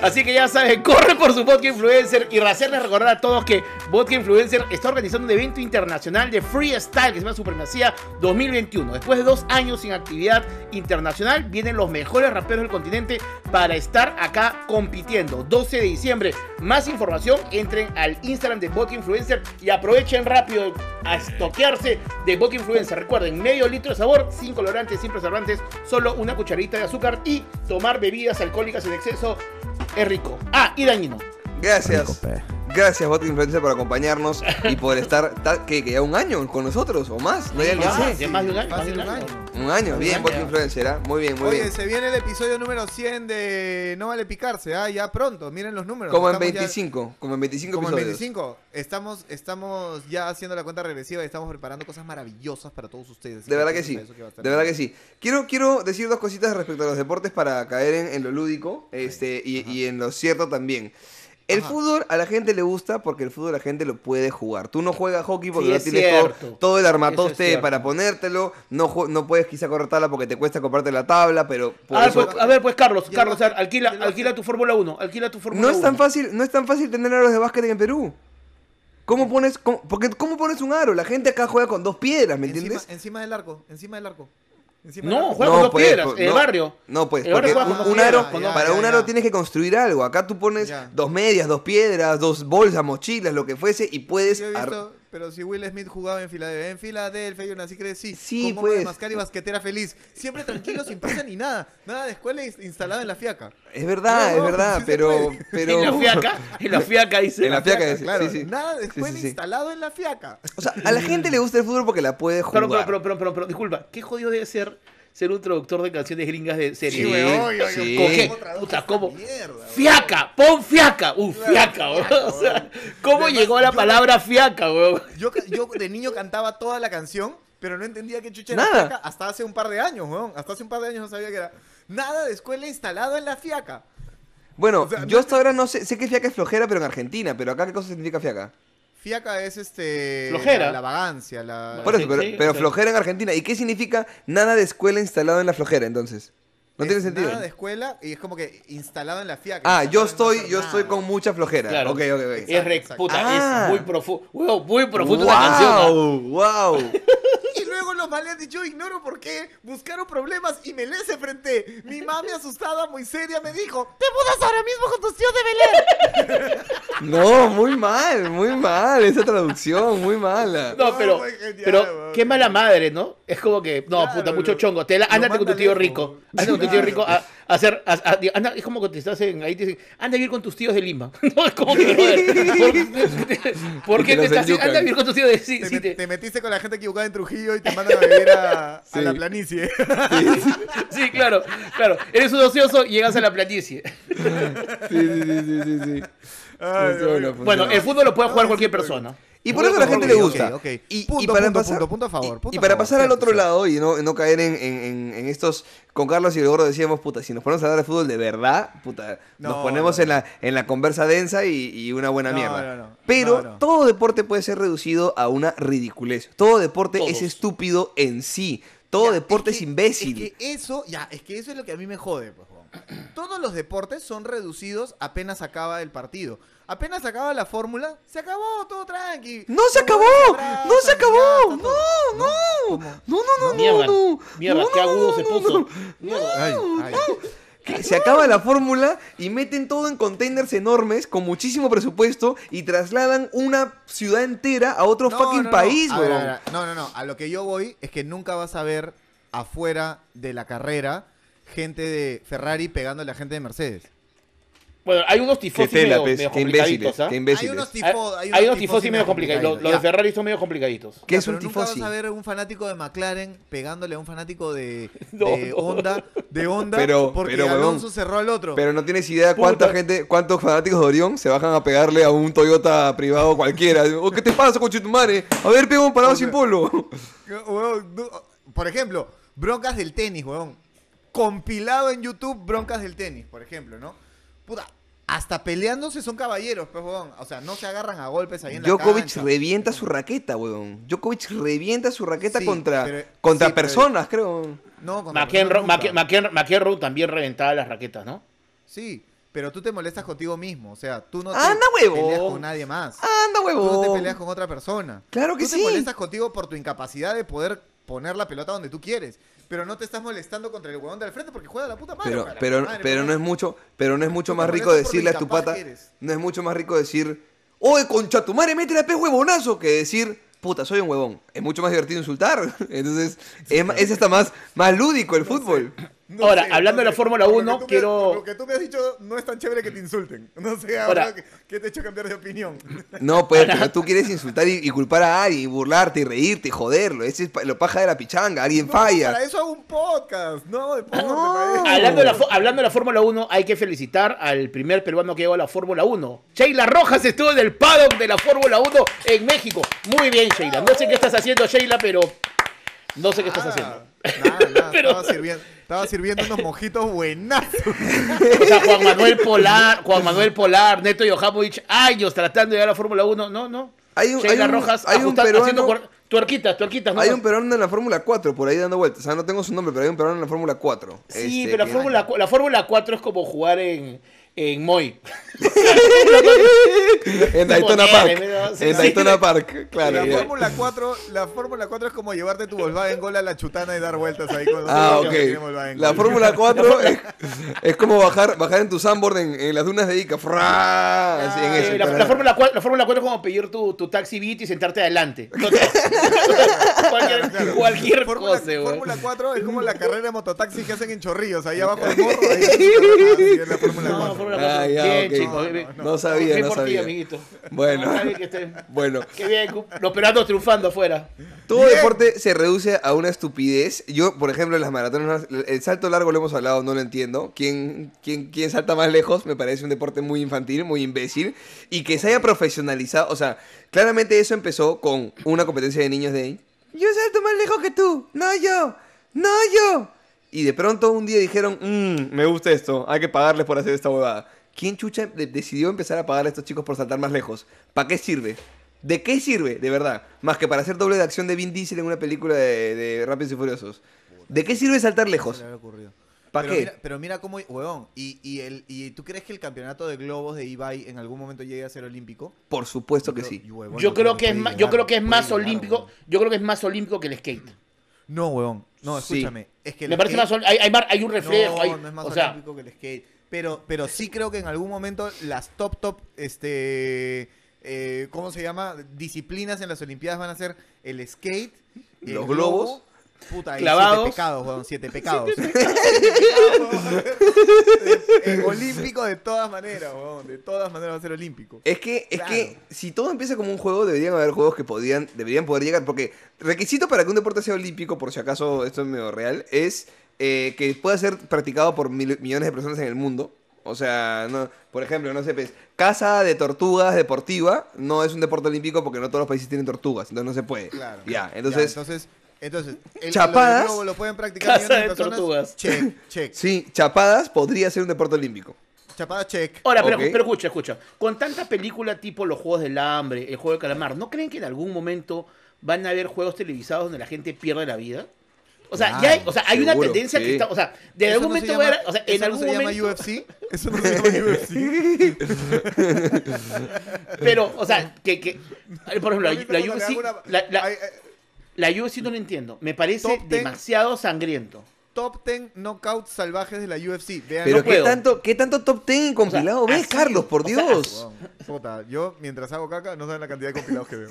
[SPEAKER 2] Así que ya saben, corre por su Vodka Influencer y hacerles recordar a todos que Vodka Influencer está organizando un evento internacional de freestyle que se llama Supremacía 2021. Después de dos años sin actividad internacional, vienen los mejores raperos del continente para estar acá compitiendo. 12 de diciembre. Más información, entren al Instagram de Vodka Influencer y aprovechen rápido a estoquearse de Vodka Influencer. Recuerden, medio litro de sabor, sin colorantes, sin preservantes, solo una cucharita de azúcar y tomar bebidas alcohólicas en exceso es rico. Ah, y dañino.
[SPEAKER 3] Gracias.
[SPEAKER 1] pe.
[SPEAKER 3] Gracias, Bot Influencer, por acompañarnos y por estar ta- que, que ya un año con nosotros o más. No, ya ni
[SPEAKER 2] Ah,
[SPEAKER 3] sé.
[SPEAKER 2] ya más de un año,
[SPEAKER 1] Fácil
[SPEAKER 2] más de un año.
[SPEAKER 3] Un año, bien,
[SPEAKER 2] año.
[SPEAKER 3] Bot Influencer, ¿ah? muy bien, muy
[SPEAKER 1] Oye,
[SPEAKER 3] bien.
[SPEAKER 1] se viene el episodio número 100 de No Vale Picarse, ¿ah? ya pronto, miren los números.
[SPEAKER 3] Como en
[SPEAKER 1] Estamos ya-
[SPEAKER 3] 25, como en 25
[SPEAKER 1] Como en
[SPEAKER 3] episodios.
[SPEAKER 1] 25. Estamos, estamos ya haciendo la cuenta regresiva y estamos preparando cosas maravillosas para todos ustedes.
[SPEAKER 3] De verdad que sí, de verdad que sí. Quiero, quiero decir dos cositas respecto a los deportes para caer en, en lo lúdico este, y, y en lo cierto también. El
[SPEAKER 1] Ajá.
[SPEAKER 3] fútbol a la gente le gusta porque el fútbol la gente lo puede jugar. Tú no juegas hockey porque
[SPEAKER 2] Sí,
[SPEAKER 3] no
[SPEAKER 2] es
[SPEAKER 3] tienes todo-
[SPEAKER 2] cierto.
[SPEAKER 3] todo, el
[SPEAKER 2] Eso es
[SPEAKER 3] armatoste
[SPEAKER 2] cierto.
[SPEAKER 3] para ponértelo. No, ju- no puedes quizá correr tabla porque te cuesta comprarte la tabla, pero por
[SPEAKER 2] A ver,
[SPEAKER 3] eso-
[SPEAKER 2] pues, a ver, pues, Carlos,
[SPEAKER 1] Ya
[SPEAKER 2] Carlos,
[SPEAKER 1] lo hace,
[SPEAKER 2] alquila,
[SPEAKER 1] ya lo
[SPEAKER 2] alquila tu Fórmula 1, alquila tu Fórmula
[SPEAKER 3] No
[SPEAKER 2] 1.
[SPEAKER 3] es tan fácil, no es tan fácil tener aros de básquet en Perú. ¿Cómo pones, cómo, porque, ¿Cómo pones un aro? La gente acá juega con dos piedras, ¿me
[SPEAKER 1] Encima,
[SPEAKER 3] entiendes?
[SPEAKER 1] encima del arco, encima del arco. Encima del
[SPEAKER 2] No,
[SPEAKER 1] arco.
[SPEAKER 2] juega con dos
[SPEAKER 3] pues,
[SPEAKER 2] piedras,
[SPEAKER 3] pues,
[SPEAKER 2] en el
[SPEAKER 3] no.
[SPEAKER 2] barrio.
[SPEAKER 3] No, pues,
[SPEAKER 2] El barrio
[SPEAKER 3] porque
[SPEAKER 2] juega
[SPEAKER 3] un,
[SPEAKER 2] con
[SPEAKER 3] un
[SPEAKER 2] dos
[SPEAKER 3] aro,
[SPEAKER 2] piedras, con
[SPEAKER 1] ya,
[SPEAKER 2] dos-
[SPEAKER 3] para un
[SPEAKER 1] ya.
[SPEAKER 3] aro tienes que construir algo. Acá tú pones
[SPEAKER 1] Ya.
[SPEAKER 3] dos medias, dos piedras, dos bolsas, mochilas, lo que fuese, y puedes...
[SPEAKER 1] Yo he
[SPEAKER 3] ar-
[SPEAKER 1] visto, pero si Will Smith jugaba en Filadelfia, en Filadelfia yo nací crecí
[SPEAKER 3] Sí,
[SPEAKER 1] con goma de
[SPEAKER 3] pues.
[SPEAKER 1] mascar y basquetera feliz, siempre tranquilo, sin prisa ni nada, nada de escuela ins- instalado en la fiaca.
[SPEAKER 3] Es
[SPEAKER 1] No,
[SPEAKER 3] verdad, es
[SPEAKER 1] no,
[SPEAKER 3] verdad,
[SPEAKER 1] sí se
[SPEAKER 3] pero...
[SPEAKER 1] puede.
[SPEAKER 3] pero...
[SPEAKER 2] En la fiaca, en la fiaca dice.
[SPEAKER 3] En la fiaca, es-
[SPEAKER 1] claro,
[SPEAKER 3] sí, sí.
[SPEAKER 1] nada de
[SPEAKER 3] Sí, sí,
[SPEAKER 1] escuela
[SPEAKER 3] sí.
[SPEAKER 1] instalado en la fiaca.
[SPEAKER 3] O sea, a la gente le gusta el fútbol porque la puede jugar.
[SPEAKER 2] Pero, pero, pero, pero, pero, pero, disculpa, qué jodido debe ser ser un traductor de canciones gringas de serie.
[SPEAKER 3] Sí,
[SPEAKER 1] weón, yo- yo-
[SPEAKER 3] sí.
[SPEAKER 2] ¿Con qué?
[SPEAKER 1] ¿Cómo traduces
[SPEAKER 2] Puta,
[SPEAKER 1] esa
[SPEAKER 2] ¿cómo?
[SPEAKER 1] mierda, weón?
[SPEAKER 2] Fiaca, pon fiaca. Uh, fiaca, weón. O sea, ¿cómo
[SPEAKER 1] Además,
[SPEAKER 2] llegó la
[SPEAKER 1] yo-
[SPEAKER 2] palabra fiaca, weón?
[SPEAKER 1] Yo, ca- yo de niño cantaba toda la canción, pero no entendía qué chucha era
[SPEAKER 3] Nada.
[SPEAKER 1] fiaca hasta hace un par de años, weón. Hasta hace un par de años no sabía que era. Nada de escuela instalado en la fiaca.
[SPEAKER 3] Bueno,
[SPEAKER 1] O sea,
[SPEAKER 3] yo
[SPEAKER 1] no-
[SPEAKER 3] hasta ahora no sé, sé que fiaca es flojera, pero en Argentina, pero acá qué cosa significa fiaca.
[SPEAKER 1] Fiaca es este.
[SPEAKER 2] Flojera.
[SPEAKER 1] La, la vagancia, la.
[SPEAKER 3] Por eso,
[SPEAKER 2] Sí,
[SPEAKER 3] pero,
[SPEAKER 2] sí,
[SPEAKER 3] pero
[SPEAKER 2] o sea-
[SPEAKER 3] flojera en Argentina. ¿Y qué significa nada de escuela instalado en la flojera entonces? No
[SPEAKER 1] es
[SPEAKER 3] tiene sentido.
[SPEAKER 1] Nada de escuela y es como que instalado en la fiaca.
[SPEAKER 3] Ah, yo
[SPEAKER 1] instalado en no
[SPEAKER 3] estoy,
[SPEAKER 1] hacer
[SPEAKER 3] yo
[SPEAKER 1] nada.
[SPEAKER 3] estoy con mucha flojera.
[SPEAKER 2] Claro.
[SPEAKER 3] Ok, ok, ok.
[SPEAKER 2] Es re,
[SPEAKER 1] exacto.
[SPEAKER 2] puta,
[SPEAKER 3] Ah.
[SPEAKER 2] es muy profundo. Weón, muy profundo
[SPEAKER 3] wow,
[SPEAKER 2] la canción.
[SPEAKER 3] wow.
[SPEAKER 1] Y luego los maleantes, yo ignoro por qué, buscaron problemas y me les enfrenté. Mi mami asustada, muy seria, me dijo: ¡Te mudas ahora mismo con tus tíos de Belén!
[SPEAKER 3] No, muy mal, muy mal esa traducción, muy mala.
[SPEAKER 2] No,
[SPEAKER 1] No,
[SPEAKER 2] pero,
[SPEAKER 1] fue genial,
[SPEAKER 2] pero
[SPEAKER 1] weón.
[SPEAKER 2] qué mala madre, ¿no? Es como que, no,
[SPEAKER 1] Claro,
[SPEAKER 2] puta, mucho
[SPEAKER 1] lo-
[SPEAKER 2] chongo. Te la-
[SPEAKER 1] lo
[SPEAKER 2] ándate con tu
[SPEAKER 1] manda
[SPEAKER 2] tío
[SPEAKER 1] lejos.
[SPEAKER 2] rico. Ándate con tu tío
[SPEAKER 1] Claro.
[SPEAKER 2] rico a, a hacer. a- a- anda, es como que te estás en. Ahí te dicen, anda a vivir con tus tíos de Lima. No, es como que. joder, ¿Por, por
[SPEAKER 3] Y
[SPEAKER 2] qué
[SPEAKER 3] te
[SPEAKER 2] te
[SPEAKER 3] los
[SPEAKER 2] estás.
[SPEAKER 3] enyucan.
[SPEAKER 2] Anda a vivir con tus tíos de. Sí,
[SPEAKER 1] Te,
[SPEAKER 2] sí,
[SPEAKER 1] met-
[SPEAKER 2] te-
[SPEAKER 1] te metiste con la gente equivocada en Trujillo y te mandan a vivir a, a
[SPEAKER 3] Sí.
[SPEAKER 1] la planicie.
[SPEAKER 2] sí, claro, claro. Eres un ocioso y llegas a la planicie.
[SPEAKER 3] Sí, sí, sí, sí, sí, sí.
[SPEAKER 1] Ay,
[SPEAKER 3] Funciona,
[SPEAKER 1] bueno.
[SPEAKER 3] funciona.
[SPEAKER 2] Bueno, el fútbol lo puede jugar
[SPEAKER 1] No,
[SPEAKER 2] cualquier
[SPEAKER 1] sí, porque-
[SPEAKER 2] persona.
[SPEAKER 3] Y por eso a la gente le gusta.
[SPEAKER 1] Ok, ok.
[SPEAKER 3] Y,
[SPEAKER 1] Punto,
[SPEAKER 3] y para
[SPEAKER 1] punto,
[SPEAKER 3] pasar,
[SPEAKER 1] punto, punto a favor,
[SPEAKER 3] y-
[SPEAKER 1] punto
[SPEAKER 3] y
[SPEAKER 1] a
[SPEAKER 3] para
[SPEAKER 1] favor,
[SPEAKER 3] pasar al
[SPEAKER 1] cierto,
[SPEAKER 3] otro
[SPEAKER 1] cierto.
[SPEAKER 3] lado y no, no caer en, en- en- en estos. Con Carlos y el gordo decíamos, puta, si nos ponemos a hablar de fútbol de verdad, puta, nos
[SPEAKER 1] No,
[SPEAKER 3] ponemos
[SPEAKER 1] no,
[SPEAKER 3] en, la, en la conversa densa y, y una buena
[SPEAKER 1] No,
[SPEAKER 3] mierda.
[SPEAKER 1] no, no.
[SPEAKER 3] Pero
[SPEAKER 1] No, no.
[SPEAKER 3] todo deporte puede ser reducido a una ridiculez. Todo deporte es
[SPEAKER 2] Todos.
[SPEAKER 3] estúpido en sí. Todo
[SPEAKER 1] Ya,
[SPEAKER 3] deporte es,
[SPEAKER 1] que-
[SPEAKER 3] imbécil.
[SPEAKER 1] Es que eso, ya, es que eso es lo que a mí me jode, pues, weón. Todos los deportes son reducidos apenas acaba el partido. Apenas acaba la fórmula, se acabó, todo tranqui.
[SPEAKER 3] ¡No se
[SPEAKER 1] Los
[SPEAKER 3] acabó!
[SPEAKER 1] abrazan,
[SPEAKER 3] ¡No se
[SPEAKER 1] ya,
[SPEAKER 3] acabó!
[SPEAKER 1] está
[SPEAKER 3] ¡No,
[SPEAKER 1] todo.
[SPEAKER 3] no! ¡No, no, no, no!
[SPEAKER 2] Mierda,
[SPEAKER 3] no.
[SPEAKER 2] mierda,
[SPEAKER 3] No,
[SPEAKER 2] qué
[SPEAKER 3] no,
[SPEAKER 2] agudo
[SPEAKER 3] no,
[SPEAKER 2] se
[SPEAKER 3] no,
[SPEAKER 2] puso.
[SPEAKER 3] no.
[SPEAKER 2] Mierda.
[SPEAKER 1] Ay, ay.
[SPEAKER 3] Que Se acaba la fórmula y meten todo en containers enormes con muchísimo presupuesto y trasladan una ciudad entera a otro
[SPEAKER 1] No,
[SPEAKER 3] fucking
[SPEAKER 1] no, no.
[SPEAKER 3] país,
[SPEAKER 1] A ver,
[SPEAKER 3] weón.
[SPEAKER 1] a ver, No, no, no. A lo que yo voy es que nunca vas a ver afuera de la carrera gente de Ferrari pegándole a gente de Mercedes.
[SPEAKER 2] Bueno, hay unos tifosi
[SPEAKER 3] Qué tela,
[SPEAKER 2] medio,
[SPEAKER 3] pez,
[SPEAKER 2] medio
[SPEAKER 3] qué
[SPEAKER 2] complicaditos,
[SPEAKER 3] imbéciles,
[SPEAKER 2] ¿ah?
[SPEAKER 3] qué
[SPEAKER 1] Hay
[SPEAKER 3] imbéciles.
[SPEAKER 1] unos, tifo,
[SPEAKER 2] Hay- Hay unos tifosi
[SPEAKER 1] tifosi
[SPEAKER 2] medio
[SPEAKER 1] medio
[SPEAKER 2] complicados. Los de
[SPEAKER 1] Ya.
[SPEAKER 2] Ferrari son medio complicaditos.
[SPEAKER 3] ¿Qué
[SPEAKER 1] Ya,
[SPEAKER 3] es
[SPEAKER 1] pero
[SPEAKER 3] un
[SPEAKER 1] nunca
[SPEAKER 3] tifosi?
[SPEAKER 1] vas a ver un fanático de McLaren pegándole a un fanático de,
[SPEAKER 2] No,
[SPEAKER 1] de
[SPEAKER 2] no.
[SPEAKER 1] Honda, de Honda
[SPEAKER 3] Pero-
[SPEAKER 1] porque
[SPEAKER 3] pero, huevón,
[SPEAKER 1] Alonso cerró al otro.
[SPEAKER 3] Pero no tienes idea
[SPEAKER 2] Puta.
[SPEAKER 3] cuánta gente, cuántos fanáticos de Orión se bajan a pegarle a un Toyota privado cualquiera. Oh, ¿Qué te pasa, conchetumare? A ver, pega un parado
[SPEAKER 1] O sea,
[SPEAKER 3] sin polo.
[SPEAKER 1] Huevón, no- por ejemplo, broncas del tenis, huevón. Compilado en YouTube, broncas del tenis, por ejemplo, ¿no? Puta, hasta peleándose son caballeros, pues, huevón. O sea, no se agarran a golpes ahí en la
[SPEAKER 3] Djokovic
[SPEAKER 1] cancha.
[SPEAKER 3] revienta su raqueta, weón. Djokovic revienta su raqueta
[SPEAKER 1] Sí,
[SPEAKER 3] contra,
[SPEAKER 1] pero-
[SPEAKER 3] contra
[SPEAKER 1] sí, pero-
[SPEAKER 3] personas, creo.
[SPEAKER 1] No, con la persona
[SPEAKER 2] McEnroe
[SPEAKER 1] nunca.
[SPEAKER 2] McEn- McEn- McEnroe también reventaba las raquetas, ¿no?
[SPEAKER 1] Sí, pero tú te molestas contigo mismo. O sea, tú no te
[SPEAKER 3] Anda, huevón.
[SPEAKER 1] peleas con nadie más.
[SPEAKER 3] Anda,
[SPEAKER 1] Tú no te
[SPEAKER 3] huevón.
[SPEAKER 1] peleas con otra persona.
[SPEAKER 3] Claro que
[SPEAKER 1] tú
[SPEAKER 3] sí.
[SPEAKER 1] te molestas contigo por tu incapacidad de poder poner la pelota donde tú quieres. Pero no te estás molestando contra el huevón del frente porque juega de la puta madre.
[SPEAKER 3] Pero,
[SPEAKER 1] para la
[SPEAKER 3] pero,
[SPEAKER 1] madre,
[SPEAKER 3] pero
[SPEAKER 1] pues.
[SPEAKER 3] no es mucho, pero no es mucho
[SPEAKER 1] Tú te
[SPEAKER 3] más rico
[SPEAKER 1] molestas por
[SPEAKER 3] decirle
[SPEAKER 1] lo
[SPEAKER 3] a tu
[SPEAKER 1] incapaz
[SPEAKER 3] pata,
[SPEAKER 1] que eres.
[SPEAKER 3] no es mucho más rico decir, oye, concha tu madre, mete la pez huevonazo, que decir, puta, soy un huevón. Es mucho más divertido insultar. Entonces, es, ma- es hasta más, más lúdico el fútbol.
[SPEAKER 1] No
[SPEAKER 2] Ahora,
[SPEAKER 1] sé,
[SPEAKER 2] hablando de
[SPEAKER 1] no
[SPEAKER 2] la
[SPEAKER 1] sé.
[SPEAKER 2] Fórmula
[SPEAKER 1] Por lo
[SPEAKER 2] 1,
[SPEAKER 1] que tú me-
[SPEAKER 2] quiero-
[SPEAKER 1] por Lo que tú me has dicho no es tan chévere que te insulten. No sé ahora,
[SPEAKER 2] Ahora-
[SPEAKER 1] ¿qué- qué te ha hecho cambiar de opinión.
[SPEAKER 3] No, pues, pero tú quieres insultar y, y culpar a alguien, y burlarte, y reírte, y joderlo. Ese es pa- lo paja de la pichanga, alguien
[SPEAKER 1] No,
[SPEAKER 3] falla.
[SPEAKER 1] Para eso hago un podcast. No, deporte,
[SPEAKER 3] no.
[SPEAKER 1] para eso.
[SPEAKER 2] Hablando de, la, fo- hablando de la Fórmula 1, hay que felicitar al primer peruano que llegó a la Fórmula 1. Sheila Rojas estuvo en el paddock de la Fórmula 1 en México. Muy bien, Sheila. No sé qué estás haciendo, Sheila, pero no sé qué estás haciendo.
[SPEAKER 1] Nada, nada,
[SPEAKER 2] Pero-
[SPEAKER 1] estaba, sirviendo, estaba sirviendo unos mojitos buenazos.
[SPEAKER 2] O sea, Juan Manuel Polar, Juan Manuel Polar, Neto Johamovich, años tratando de llegar a la Fórmula 1. No, no.
[SPEAKER 3] Hay un-
[SPEAKER 2] Sheila
[SPEAKER 3] hay un-
[SPEAKER 2] Rojas
[SPEAKER 3] hay un
[SPEAKER 2] ajusta-
[SPEAKER 3] peruano-
[SPEAKER 2] haciendo cuar- tuerquitas, tuerquitas.
[SPEAKER 3] Hay
[SPEAKER 2] ¿no?
[SPEAKER 3] un peruano en la Fórmula 4 por ahí dando vueltas. O sea, no tengo su nombre, pero hay un peruano en la Fórmula 4.
[SPEAKER 2] Sí,
[SPEAKER 3] Este,
[SPEAKER 2] pero la
[SPEAKER 3] que-
[SPEAKER 2] Fórmula, cu- la Fórmula 4 es como jugar en, en Moy.
[SPEAKER 3] En Daytona
[SPEAKER 2] Poner,
[SPEAKER 3] Park.
[SPEAKER 2] ¿no? Sí,
[SPEAKER 3] En
[SPEAKER 2] sí.
[SPEAKER 3] Daytona Park, claro.
[SPEAKER 1] la,
[SPEAKER 3] ya.
[SPEAKER 1] Fórmula 4, la Fórmula 4 es como llevarte tu Volkswagen Gol a la chutana y dar vueltas ahí con los
[SPEAKER 3] Ah,
[SPEAKER 1] amigos que tienen
[SPEAKER 3] ok.
[SPEAKER 1] Volkswagen
[SPEAKER 3] La
[SPEAKER 1] Gol.
[SPEAKER 3] Fórmula 4 es, es como bajar, bajar en tu sandboard en, en las dunas de Ica. Frá, así en
[SPEAKER 1] Ah,
[SPEAKER 2] Eh,
[SPEAKER 3] eso,
[SPEAKER 2] la,
[SPEAKER 3] claro.
[SPEAKER 2] la Fórmula 4, la Fórmula 4 es como pedir tu, tu taxi beat y sentarte adelante. Entonces, cualquier
[SPEAKER 1] Claro.
[SPEAKER 2] cualquier
[SPEAKER 1] Fórmula,
[SPEAKER 2] cosa, güey.
[SPEAKER 1] Fórmula 4 es como la carrera de mototaxi que hacen en Chorrillos, ahí abajo del morro. ahí es la Fórmula
[SPEAKER 2] No,
[SPEAKER 1] 4.
[SPEAKER 2] Fórmula
[SPEAKER 3] Ah,
[SPEAKER 2] 4.
[SPEAKER 3] ya,
[SPEAKER 2] bien,
[SPEAKER 3] ok.
[SPEAKER 2] chicos. bien.
[SPEAKER 3] No, sabía,
[SPEAKER 2] Bien
[SPEAKER 3] no
[SPEAKER 2] por ti,
[SPEAKER 3] sabía.
[SPEAKER 2] amiguito.
[SPEAKER 3] Bueno.
[SPEAKER 1] Ah,
[SPEAKER 2] No, está bien que esté-
[SPEAKER 3] Bueno,
[SPEAKER 2] Qué bien, cu- los peruanos triunfando afuera.
[SPEAKER 3] todo
[SPEAKER 1] Bien.
[SPEAKER 3] deporte se reduce a una estupidez. Yo, por ejemplo, en las maratones, el salto largo lo hemos hablado, no lo entiendo. ¿Quién, quién, quién salta más lejos? Me parece un deporte muy infantil, muy imbécil. Y que se haya profesionalizado. O sea, claramente eso empezó con una competencia de niños de... Yo salto más lejos que tú. No yo. No yo. Y de pronto un día dijeron, "Mm, me gusta esto, hay que pagarles por hacer esta huevada. ¿Quién chucha de- decidió empezar a pagar a estos chicos por saltar más lejos? ¿Para qué sirve? ¿De qué sirve, de verdad? Más que para hacer doble de acción de Vin Diesel en una película de, de Rápidos y Furiosos. ¿De qué sirve saltar lejos?
[SPEAKER 1] Se le había ocurrido.
[SPEAKER 3] ¿Pa
[SPEAKER 1] pero
[SPEAKER 3] qué?
[SPEAKER 1] Mira, pero mira cómo, huevón, y, y, el, ¿y tú crees que el campeonato de globos de Ibai en algún momento llegue a ser olímpico?
[SPEAKER 3] Por supuesto que sí.
[SPEAKER 1] Huevón,
[SPEAKER 2] yo,
[SPEAKER 1] no
[SPEAKER 2] creo
[SPEAKER 1] puede
[SPEAKER 2] que es más,
[SPEAKER 1] llegar,
[SPEAKER 2] yo creo que es
[SPEAKER 1] no
[SPEAKER 2] más
[SPEAKER 1] puede llegar,
[SPEAKER 2] olímpico.
[SPEAKER 1] huevón.
[SPEAKER 2] Yo creo que es más olímpico que el skate.
[SPEAKER 1] No, huevón. No,
[SPEAKER 3] Sí.
[SPEAKER 1] escúchame. Es que el
[SPEAKER 2] Me parece
[SPEAKER 1] skate-
[SPEAKER 2] más ol- hay, hay, mar- hay un reflejo.
[SPEAKER 1] No,
[SPEAKER 2] hay-
[SPEAKER 1] no es más
[SPEAKER 2] o sea,
[SPEAKER 1] olímpico que el skate. Pero, pero sí creo que en algún momento las top, top, este, eh, ¿cómo se llama? Disciplinas en las Olimpiadas van a ser el skate, el
[SPEAKER 3] Los
[SPEAKER 1] globo,
[SPEAKER 3] globos.
[SPEAKER 1] Puta, y
[SPEAKER 2] Clavados.
[SPEAKER 1] siete pecados, weón, siete pecados. Siete pecados, weón. Eh, olímpico de todas maneras, weón, de todas maneras va a ser olímpico.
[SPEAKER 3] Es que, es
[SPEAKER 1] Claro.
[SPEAKER 3] que si todo empieza como un juego, deberían haber juegos que podían, deberían poder llegar. Porque requisito para que un deporte sea olímpico, por si acaso esto es medio real, es eh, que pueda ser practicado por mil- millones de personas en el mundo. O sea, no, por ejemplo, no sé, pues, casa de tortugas deportiva no es un deporte olímpico porque no todos los países tienen tortugas, entonces no se puede.
[SPEAKER 1] Claro.
[SPEAKER 3] Ya, entonces,
[SPEAKER 1] entonces, entonces, el,
[SPEAKER 3] Chapadas.
[SPEAKER 1] lo del globo lo pueden practicar
[SPEAKER 2] Casa
[SPEAKER 1] millones
[SPEAKER 2] de
[SPEAKER 1] personas.
[SPEAKER 2] tortugas.
[SPEAKER 1] Check, check.
[SPEAKER 3] sí, chapadas podría ser un deporte olímpico.
[SPEAKER 1] Chapada, check.
[SPEAKER 2] Ahora, pero,
[SPEAKER 3] Ok.
[SPEAKER 2] pero escucha, escucha. Con tanta película tipo los Juegos del Hambre, el Juego del Calamar, ¿no creen que en algún momento van a haber juegos televisados donde la gente pierde la vida? O sea,
[SPEAKER 1] Claro,
[SPEAKER 2] ya hay, o sea, hay una
[SPEAKER 3] seguro,
[SPEAKER 2] tendencia que
[SPEAKER 3] sí.
[SPEAKER 2] está, o sea, de
[SPEAKER 1] Eso
[SPEAKER 2] algún
[SPEAKER 1] no se
[SPEAKER 2] momento
[SPEAKER 1] llama-
[SPEAKER 2] va a- o sea,
[SPEAKER 1] eso
[SPEAKER 2] en
[SPEAKER 1] no
[SPEAKER 2] algún
[SPEAKER 1] se
[SPEAKER 2] momento
[SPEAKER 1] llama UFC? Eso no se llama UFC.
[SPEAKER 2] Pero, o sea, que, que por ejemplo, la,
[SPEAKER 1] ¿Viste
[SPEAKER 2] la
[SPEAKER 1] cuando le
[SPEAKER 2] UFC,
[SPEAKER 1] hago una-
[SPEAKER 2] la, la-
[SPEAKER 1] Ay, eh, ay,
[SPEAKER 2] la UFC no lo entiendo. Me parece
[SPEAKER 1] Top ten.
[SPEAKER 2] demasiado sangriento.
[SPEAKER 1] Top 10 knockouts salvajes de la UFC. Vean,
[SPEAKER 3] Pero
[SPEAKER 2] no
[SPEAKER 3] ¿qué,
[SPEAKER 2] puedo.
[SPEAKER 3] tanto, ¿qué tanto top ten compilado ves,
[SPEAKER 2] así,
[SPEAKER 3] Carlos? Por
[SPEAKER 2] o sea,
[SPEAKER 3] Dios.
[SPEAKER 1] Weón, puta, yo mientras hago caca no saben la cantidad de compilados que veo.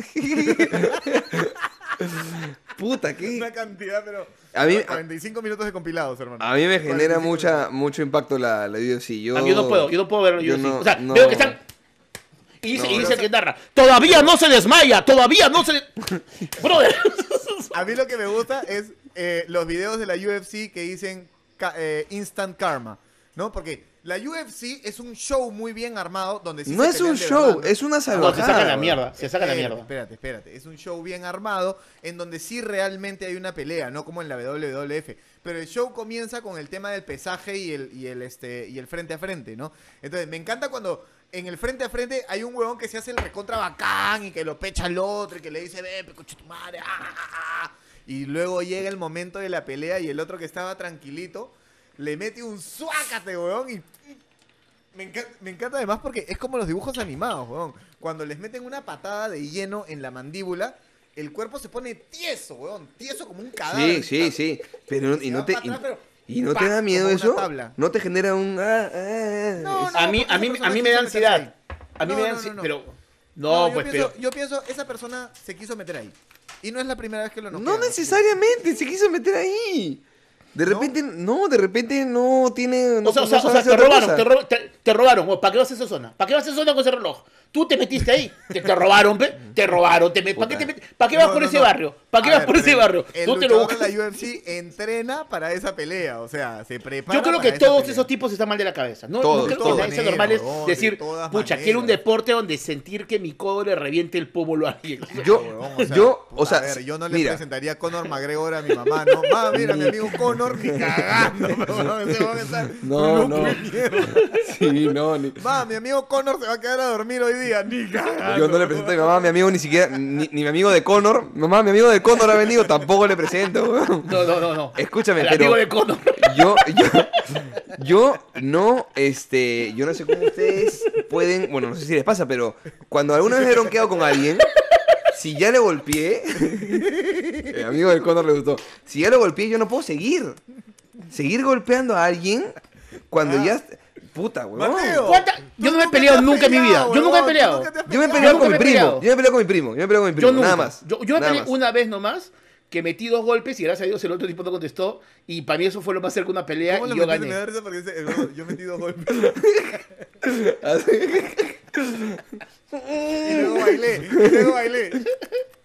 [SPEAKER 3] Puta, qué.
[SPEAKER 1] Una cantidad, pero
[SPEAKER 3] A mí-
[SPEAKER 1] 45 minutos de compilados, hermano.
[SPEAKER 3] A mí me genera
[SPEAKER 1] 45
[SPEAKER 3] mucha,
[SPEAKER 1] minutos.
[SPEAKER 3] mucho impacto la, la UFC. Yo,
[SPEAKER 2] A mí yo no puedo, yo no puedo ver la
[SPEAKER 3] yo
[SPEAKER 2] UFC.
[SPEAKER 3] no-
[SPEAKER 2] o sea,
[SPEAKER 3] no.
[SPEAKER 2] veo que están. Y dice,
[SPEAKER 3] No,
[SPEAKER 2] y
[SPEAKER 3] pero-
[SPEAKER 2] dice el que narra, todavía no se desmaya, todavía no se. Brother.
[SPEAKER 1] A mí lo que me gusta es eh, los videos de la UFC que dicen ca- eh, Instant Karma, ¿no? Porque la UFC es un show muy bien armado donde sí
[SPEAKER 3] No
[SPEAKER 1] se
[SPEAKER 3] es un
[SPEAKER 1] pelean de
[SPEAKER 3] show,
[SPEAKER 1] verdad, ¿no?
[SPEAKER 3] es una
[SPEAKER 2] No, ah, se saca
[SPEAKER 3] salvajada.
[SPEAKER 2] la mierda, se saca la
[SPEAKER 1] Espérate,
[SPEAKER 2] mierda.
[SPEAKER 1] eh. Espérate, espérate. Es un show bien armado en donde sí realmente hay una pelea, no como en la WWF. Pero el show comienza con el tema del pesaje y el, y el, este, y el frente a frente, ¿no? Entonces, me encanta cuando en el frente a frente hay un huevón que se hace el recontra bacán y que lo pecha al otro y que le dice, ve, coche tu madre. ah, ah, ah". Y luego llega el momento de la pelea y el otro que estaba tranquilito le mete un suácate, huevón, y me encanta, me encanta además porque es como los dibujos animados, weón. Cuando les meten una patada de lleno en la mandíbula, el cuerpo se pone tieso, weón. Tieso como un
[SPEAKER 3] Sí,
[SPEAKER 1] cadáver.
[SPEAKER 3] sí, sí. Pero no-
[SPEAKER 1] Se
[SPEAKER 3] y no
[SPEAKER 1] va
[SPEAKER 3] te,
[SPEAKER 1] para
[SPEAKER 3] y,
[SPEAKER 1] atrás, pero
[SPEAKER 3] y no te
[SPEAKER 1] ¡pam!
[SPEAKER 3] da miedo
[SPEAKER 1] como una
[SPEAKER 3] eso.
[SPEAKER 1] tabla.
[SPEAKER 3] No te genera un. ah, ah,
[SPEAKER 1] No, no,
[SPEAKER 2] A mí,
[SPEAKER 1] porque
[SPEAKER 2] a mí,
[SPEAKER 1] esa persona
[SPEAKER 2] a mí me
[SPEAKER 1] quiso meterse
[SPEAKER 2] da
[SPEAKER 1] ahí.
[SPEAKER 2] ansiedad. A mí
[SPEAKER 1] No,
[SPEAKER 2] me da
[SPEAKER 1] no, no,
[SPEAKER 2] ansiedad.
[SPEAKER 1] no.
[SPEAKER 2] Pero.
[SPEAKER 1] No,
[SPEAKER 2] No, pues,
[SPEAKER 1] yo,
[SPEAKER 2] pero.
[SPEAKER 1] pienso, yo pienso, esa persona se quiso meter ahí. Y no es la primera vez que lo
[SPEAKER 3] No,
[SPEAKER 1] noquean.
[SPEAKER 3] necesariamente, se quiso meter ahí. De
[SPEAKER 1] ¿No?
[SPEAKER 3] repente, no, de repente no tiene. No,
[SPEAKER 2] O sea, o
[SPEAKER 3] no
[SPEAKER 2] sea, o
[SPEAKER 3] sabe
[SPEAKER 2] sea,
[SPEAKER 3] hacer
[SPEAKER 2] te
[SPEAKER 3] otra
[SPEAKER 2] robaron,
[SPEAKER 3] cosa.
[SPEAKER 2] te, ro- te- te robaron. güey. ¿Para qué vas a esa zona? ¿Para qué vas a esa zona con ese reloj? Tú te metiste ahí. Te, te robaron, pe. Te robaron. Te met- ¿Para qué, te met- ¿Para qué vas
[SPEAKER 1] No,
[SPEAKER 2] por
[SPEAKER 1] no,
[SPEAKER 2] ese
[SPEAKER 1] no.
[SPEAKER 2] barrio? ¿Para qué
[SPEAKER 1] A
[SPEAKER 2] vas
[SPEAKER 1] ver,
[SPEAKER 2] por ese
[SPEAKER 1] pero
[SPEAKER 2] barrio?
[SPEAKER 1] El
[SPEAKER 2] Tú te lo
[SPEAKER 1] luchador de la UFC entrena para esa pelea, o sea, se prepara
[SPEAKER 2] Yo creo
[SPEAKER 1] para
[SPEAKER 2] que
[SPEAKER 1] esa
[SPEAKER 2] todos
[SPEAKER 1] pelea.
[SPEAKER 2] esos tipos están mal de la cabeza. No,
[SPEAKER 3] Todos,
[SPEAKER 2] no creo
[SPEAKER 3] todos.
[SPEAKER 2] que nadie sea normal es
[SPEAKER 1] Manero, no, de
[SPEAKER 2] decir,
[SPEAKER 1] todas
[SPEAKER 2] pucha,
[SPEAKER 1] maneras".
[SPEAKER 2] quiero un deporte donde sentir que mi codo le reviente el pómulo a alguien.
[SPEAKER 3] Yo,
[SPEAKER 1] Huevón, o sea,
[SPEAKER 3] yo,
[SPEAKER 1] puta,
[SPEAKER 3] o sea,
[SPEAKER 1] a ver, yo no le
[SPEAKER 3] mira,
[SPEAKER 1] presentaría a Conor McGregor a mi mamá, ¿no? Mamá, mira, mi amigo Conor, ni cagando, huevón, ese huevón está
[SPEAKER 3] No,
[SPEAKER 1] loco
[SPEAKER 3] no.
[SPEAKER 1] de mierda.
[SPEAKER 3] sí, no, ni-
[SPEAKER 1] Ma, mi amigo Conor se va a quedar a dormir hoy día, ni cagando.
[SPEAKER 3] yo no le presento a mi mamá, a mi amigo ni siquiera, ni, ni mi amigo de Connor, mamá, mi amigo de Connor ha venido, tampoco le presento. weón.
[SPEAKER 2] No, no, no, no.
[SPEAKER 3] Escúchame,
[SPEAKER 2] Al
[SPEAKER 3] pero-
[SPEAKER 2] amigo de Conor.
[SPEAKER 3] Yo, yo, yo no, este, yo no sé cómo ustedes pueden, bueno, no sé si les pasa, pero cuando alguna vez he bronqueado con alguien, si ya le golpeé, el amigo del Connor le gustó, si ya le golpeé, yo no puedo seguir. Seguir golpeando a alguien cuando ya. Puta, weón.
[SPEAKER 1] Mateo,
[SPEAKER 2] ¿Cuánta-
[SPEAKER 1] tú
[SPEAKER 2] yo no me he
[SPEAKER 1] nunca
[SPEAKER 2] peleado
[SPEAKER 1] te has
[SPEAKER 2] nunca en mi vida, yo
[SPEAKER 1] huevón,
[SPEAKER 2] nunca he
[SPEAKER 1] tú
[SPEAKER 2] peleado.
[SPEAKER 1] nunca te has
[SPEAKER 3] Yo me he
[SPEAKER 2] Yo
[SPEAKER 3] peleado
[SPEAKER 2] nunca
[SPEAKER 3] con
[SPEAKER 2] me
[SPEAKER 3] mi
[SPEAKER 2] he
[SPEAKER 3] primo.
[SPEAKER 2] peleado.
[SPEAKER 3] Yo me he peleado con mi primo. Yo me he peleado con mi primo.
[SPEAKER 2] Yo nunca.
[SPEAKER 3] Nada más.
[SPEAKER 2] Yo, yo me
[SPEAKER 3] nada
[SPEAKER 2] peleé
[SPEAKER 3] más.
[SPEAKER 2] una vez nomás que metí dos golpes y gracias a Dios el otro tipo no contestó y para mí eso fue lo más cerca de una pelea
[SPEAKER 1] ¿Cómo
[SPEAKER 2] y
[SPEAKER 1] le
[SPEAKER 2] yo
[SPEAKER 1] metiste? Me da
[SPEAKER 2] gané.
[SPEAKER 1] risa porque dice, "Eduardo, yo metí dos golpes y luego bailé, y luego bailé.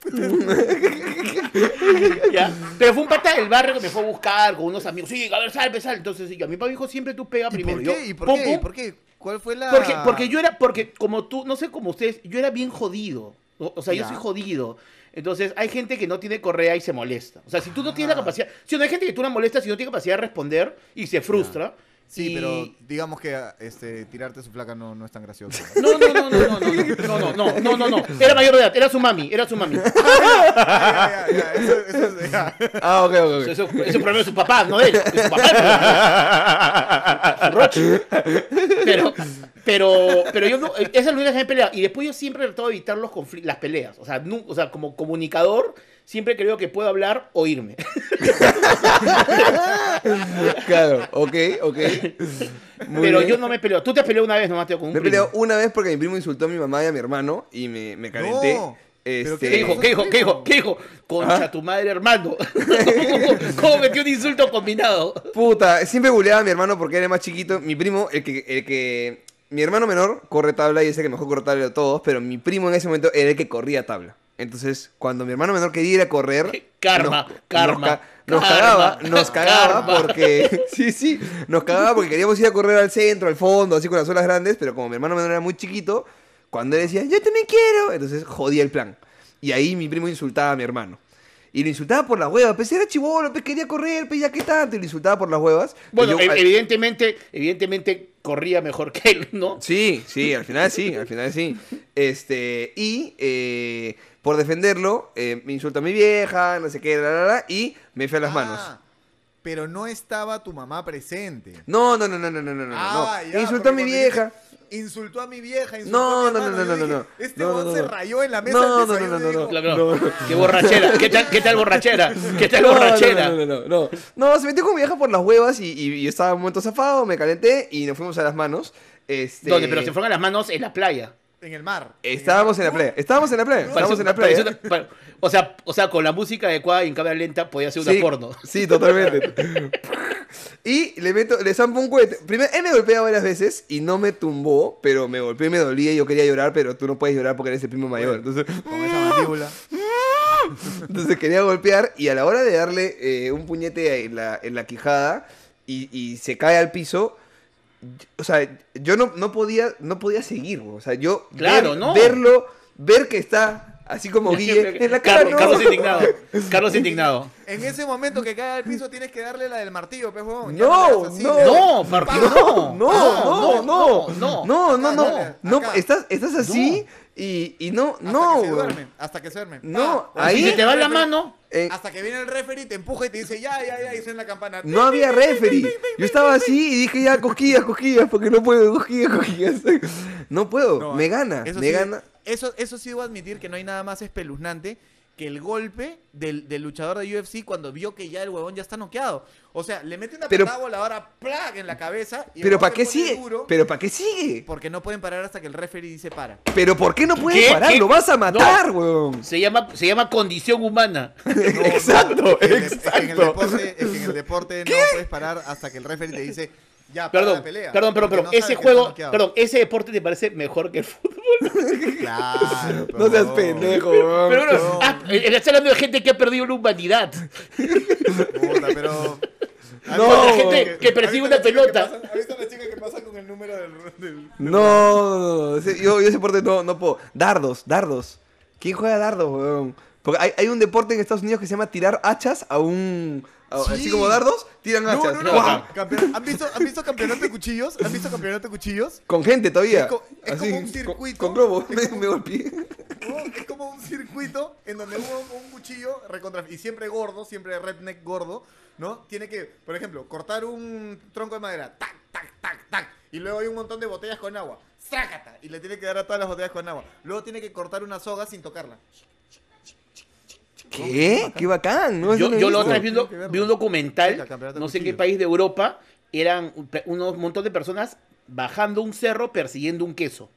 [SPEAKER 2] ¿ya? Pero fue un pata del barrio que me fue a buscar con unos amigos. Sí, a ver, sal, sal. Entonces yo, a mi papá me dijo, siempre tú pega
[SPEAKER 1] ¿Y
[SPEAKER 2] primero.
[SPEAKER 1] por
[SPEAKER 2] Yo,
[SPEAKER 1] qué? ¿Y por
[SPEAKER 2] pum,
[SPEAKER 1] qué?
[SPEAKER 2] pum.
[SPEAKER 1] ¿Y por qué? ¿Cuál fue la...?
[SPEAKER 2] Porque, porque yo era, porque como tú, no sé como ustedes, yo era bien jodido. O, o sea,
[SPEAKER 1] Ya.
[SPEAKER 2] yo soy jodido. Entonces, hay gente que no tiene correa y se molesta. O sea, si tú no tienes la
[SPEAKER 1] Ah.
[SPEAKER 2] capacidad, si no hay gente que tú la molestas y no tiene capacidad de responder y se frustra.
[SPEAKER 1] Sí,
[SPEAKER 2] y-
[SPEAKER 1] pero digamos que este, tirarte su placa no, no es tan gracioso. ¿no?
[SPEAKER 2] No, no, no, no, no, no, no, no, no, no, no, no. Era mayor de edad, era su mami, era su mami. Eso,
[SPEAKER 1] Ya, ya, ya, eso- eso es- ya.
[SPEAKER 3] Ah, ok, ok, ok.
[SPEAKER 2] eso- eso es un problema de su papá, no de él. De su papá. Su Roche. Pero, pero, pero yo no, esa es la única que me he peleado. Y después yo siempre he tratado de evitar los confli- las peleas. O sea, nu- o sea, como comunicador, siempre creo que puedo hablar o irme.
[SPEAKER 3] Claro, ok, ok. Muy
[SPEAKER 2] pero
[SPEAKER 3] bien.
[SPEAKER 2] yo no me he peleado. Tú te has peleado una vez nomás, Teo, con un
[SPEAKER 3] Me he
[SPEAKER 2] primo.
[SPEAKER 3] peleado una vez porque mi primo insultó a mi mamá y a mi hermano y me, me calenté.
[SPEAKER 1] No, pero
[SPEAKER 3] Este,
[SPEAKER 2] ¿Qué dijo? ¿Qué dijo? ¿Qué dijo? ¿Qué dijo? Concha
[SPEAKER 3] ¿Ah?
[SPEAKER 2] tu madre, hermano. ¿Cómo, cómo metió un insulto combinado?
[SPEAKER 3] Puta, siempre buleaba a mi hermano porque era más chiquito. Mi primo, el que, el que. Mi hermano menor corre tabla y es el que mejor corre tabla de todos, pero mi primo en ese momento era el que corría tabla. Entonces, cuando mi hermano menor quería ir a correr.
[SPEAKER 2] Karma,
[SPEAKER 3] nos-
[SPEAKER 2] karma,
[SPEAKER 3] Nos, ca- nos
[SPEAKER 2] karma,
[SPEAKER 3] cagaba, nos cagaba
[SPEAKER 2] karma.
[SPEAKER 3] porque. Sí, sí, Eh, nos cagaba porque queríamos ir a correr al centro, al fondo, así con las olas grandes, pero como mi hermano menor era muy chiquito, cuando él decía, yo también quiero, entonces jodía el plan. Y ahí mi primo insultaba a mi hermano. Y lo insultaba por las huevas. Pues era chivolo, pues quería correr, pues ya qué tanto. Y lo insultaba por las huevas.
[SPEAKER 2] Bueno,
[SPEAKER 3] Y yo-
[SPEAKER 2] ev-
[SPEAKER 3] al-
[SPEAKER 2] evidentemente, evidentemente corría mejor que él, ¿no?
[SPEAKER 3] Sí, sí, al final sí, al final sí. Este, y eh, por defenderlo, eh, me insultó a mi vieja, no sé qué, la, la, la, y me fui a las manos.
[SPEAKER 1] Ah, pero no estaba tu mamá presente.
[SPEAKER 3] No, no, no, no, no, no, no, no.
[SPEAKER 1] Ah, ya,
[SPEAKER 3] Insultó a mi
[SPEAKER 1] porque cuando
[SPEAKER 3] vieja.
[SPEAKER 1] dice, Insultó a mi vieja, insultó
[SPEAKER 3] No,
[SPEAKER 1] a mi
[SPEAKER 3] no, no,
[SPEAKER 1] hermano",
[SPEAKER 3] no,
[SPEAKER 1] yo
[SPEAKER 3] no, no,
[SPEAKER 1] dije,
[SPEAKER 3] no.
[SPEAKER 1] Este
[SPEAKER 3] No,
[SPEAKER 1] weón
[SPEAKER 3] no,
[SPEAKER 1] se
[SPEAKER 3] no.
[SPEAKER 1] rayó en la mesa
[SPEAKER 3] No,
[SPEAKER 1] del
[SPEAKER 3] no, no,
[SPEAKER 1] desayuno y
[SPEAKER 3] no, no,
[SPEAKER 1] dijo,
[SPEAKER 2] Claro,
[SPEAKER 3] No.
[SPEAKER 2] claro. Qué borrachera. ¿Qué tal, qué tal borrachera? ¿Qué tal
[SPEAKER 3] No, no,
[SPEAKER 2] borrachera?
[SPEAKER 3] No, no, no, no, no. No, se metió con mi vieja por las huevas y, y- y estaba un momento zafado, me calenté y nos fuimos a las manos. Este,
[SPEAKER 2] ¿Dónde? Pero se fueron a las manos en la playa.
[SPEAKER 1] En el mar.
[SPEAKER 3] Estábamos en la playa, estábamos en la playa, estábamos
[SPEAKER 2] Pareció-
[SPEAKER 3] en la playa.
[SPEAKER 2] pareció una- pa- o, sea, o sea, con la música adecuada y en cámara lenta podía ser una
[SPEAKER 3] Sí,
[SPEAKER 2] porno.
[SPEAKER 3] Sí, totalmente. y le meto, le zampo un cohete. Primero, él me golpea varias veces y no me tumbó, pero me golpeó y me dolía y yo quería llorar, pero tú no puedes llorar porque eres el primo mayor. Entonces,
[SPEAKER 1] Con esa mandíbula.
[SPEAKER 3] Entonces quería golpear y a la hora de darle eh, un puñete en la, en la quijada y, y se cae al piso, y- o sea, yo no, no podía no podía seguir, o sea, yo
[SPEAKER 2] Claro,
[SPEAKER 3] ver-
[SPEAKER 2] no.
[SPEAKER 3] verlo, ver que está así como Guille en la cara,
[SPEAKER 2] Carlos,
[SPEAKER 3] no.
[SPEAKER 2] Carlos indignado. Carlos indignado.
[SPEAKER 1] En ese momento que cae al piso tienes que darle la del martillo, pues, huevón.
[SPEAKER 3] No, no.
[SPEAKER 2] No, Marco, no.
[SPEAKER 3] No, no, no, no, no, no, no,
[SPEAKER 1] Acá,
[SPEAKER 3] no,
[SPEAKER 1] acá.
[SPEAKER 3] estás, estás así y, y no,
[SPEAKER 1] Hasta
[SPEAKER 3] no,
[SPEAKER 1] que se
[SPEAKER 3] weón.
[SPEAKER 1] duermen, hasta que se duermen.
[SPEAKER 3] No,
[SPEAKER 1] Pa,
[SPEAKER 2] Ahí
[SPEAKER 3] Ahí-
[SPEAKER 2] se te va la mano.
[SPEAKER 3] Eh,
[SPEAKER 1] Hasta que viene el referee, te empuja y te dice, ya, ya, ya, y suena la campana.
[SPEAKER 3] No había referee. Yo estaba así y dije ya cosquillas, cosquillas, porque no puedo, cosquillas, cosquillas. No puedo,
[SPEAKER 1] No,
[SPEAKER 3] me gana,
[SPEAKER 1] eso
[SPEAKER 3] me
[SPEAKER 1] sí,
[SPEAKER 3] gana.
[SPEAKER 1] Eso, eso sí debo admitir que no hay nada más espeluznante que el golpe del, del luchador de UFC cuando vio que ya el huevón ya está noqueado. O sea, le mete una
[SPEAKER 3] Pero-
[SPEAKER 1] patada voladora ¡plac! en la cabeza. Y el
[SPEAKER 3] Pero
[SPEAKER 1] huevón
[SPEAKER 3] ¿para
[SPEAKER 1] se
[SPEAKER 3] qué
[SPEAKER 1] pone
[SPEAKER 3] sigue?
[SPEAKER 1] duro
[SPEAKER 3] Pero ¿para qué sigue?
[SPEAKER 1] porque no pueden parar hasta que el referee dice para.
[SPEAKER 3] Pero ¿por qué no puedes
[SPEAKER 2] ¿Qué?
[SPEAKER 3] parar?
[SPEAKER 2] ¿Qué?
[SPEAKER 3] Lo vas a
[SPEAKER 2] No.
[SPEAKER 3] matar, weón.
[SPEAKER 2] Se llama, se llama condición humana.
[SPEAKER 3] Exacto,
[SPEAKER 1] Es que en el- es que en el
[SPEAKER 3] exacto.
[SPEAKER 1] deporte, es que en el deporte no puedes parar hasta que el referee te dice ya para
[SPEAKER 2] Perdón,
[SPEAKER 1] la pelea.
[SPEAKER 2] perdón, pero,
[SPEAKER 1] porque
[SPEAKER 2] pero
[SPEAKER 1] no sabe
[SPEAKER 2] ese
[SPEAKER 1] que
[SPEAKER 2] juego,
[SPEAKER 1] está noqueado.
[SPEAKER 2] perdón, ese deporte te parece mejor que el fútbol.
[SPEAKER 1] Claro,
[SPEAKER 3] No seas
[SPEAKER 1] perdón.
[SPEAKER 3] pendejo, weón.
[SPEAKER 2] Pero bueno, ah, eh, estás hablando de gente que ha perdido la humanidad.
[SPEAKER 1] Puta, pero.
[SPEAKER 3] No.
[SPEAKER 1] Ahorita
[SPEAKER 3] La gente
[SPEAKER 1] que-
[SPEAKER 2] que persigue
[SPEAKER 1] ahorita
[SPEAKER 2] una
[SPEAKER 1] la chica que
[SPEAKER 2] pelota.
[SPEAKER 1] pasa- ahorita la chica que pasa con el número del. del-
[SPEAKER 3] No, no, no, ese- yo, yo ese deporte no, no puedo. Dardos, dardos. ¿Quién juega dardos, weón? Porque hay, hay un deporte en Estados Unidos que se llama tirar hachas a un... a-
[SPEAKER 1] Sí.
[SPEAKER 3] Así como dardos, tiran
[SPEAKER 1] No,
[SPEAKER 3] hachas.
[SPEAKER 1] no, no.
[SPEAKER 3] ¡Guau!
[SPEAKER 1] Campe- ¿Han, visto, ¿Han visto campeonato de cuchillos? ¿Han visto campeonato de cuchillos?
[SPEAKER 3] Con gente todavía.
[SPEAKER 1] Es co- es
[SPEAKER 3] Así,
[SPEAKER 1] como un
[SPEAKER 3] con-
[SPEAKER 1] circuito.
[SPEAKER 3] Con, globo. Me, me golpeé.
[SPEAKER 1] Oh, es como un circuito en donde hubo un, un cuchillo recontra- y siempre gordo, siempre redneck gordo, ¿no? Tiene que, por ejemplo, cortar un tronco de madera, tac, tac, tac, tac, y luego hay un montón de botellas con agua, ¡zácata! Y le tiene que dar a todas las botellas con agua. Luego tiene que cortar una soga sin tocarla.
[SPEAKER 3] ¿Qué? Qué bacán. ¿no? Eso
[SPEAKER 2] Yo,
[SPEAKER 3] no he
[SPEAKER 2] yo la otra vez vi
[SPEAKER 3] visto.
[SPEAKER 2] un,
[SPEAKER 1] Tiene que
[SPEAKER 2] do-
[SPEAKER 1] verlo.
[SPEAKER 2] vi un
[SPEAKER 1] Sí, la
[SPEAKER 2] documental,
[SPEAKER 1] campeonata
[SPEAKER 2] no sé en qué
[SPEAKER 1] cuchillo.
[SPEAKER 2] país de Europa, eran un pe- unos montón de personas bajando un cerro persiguiendo un queso.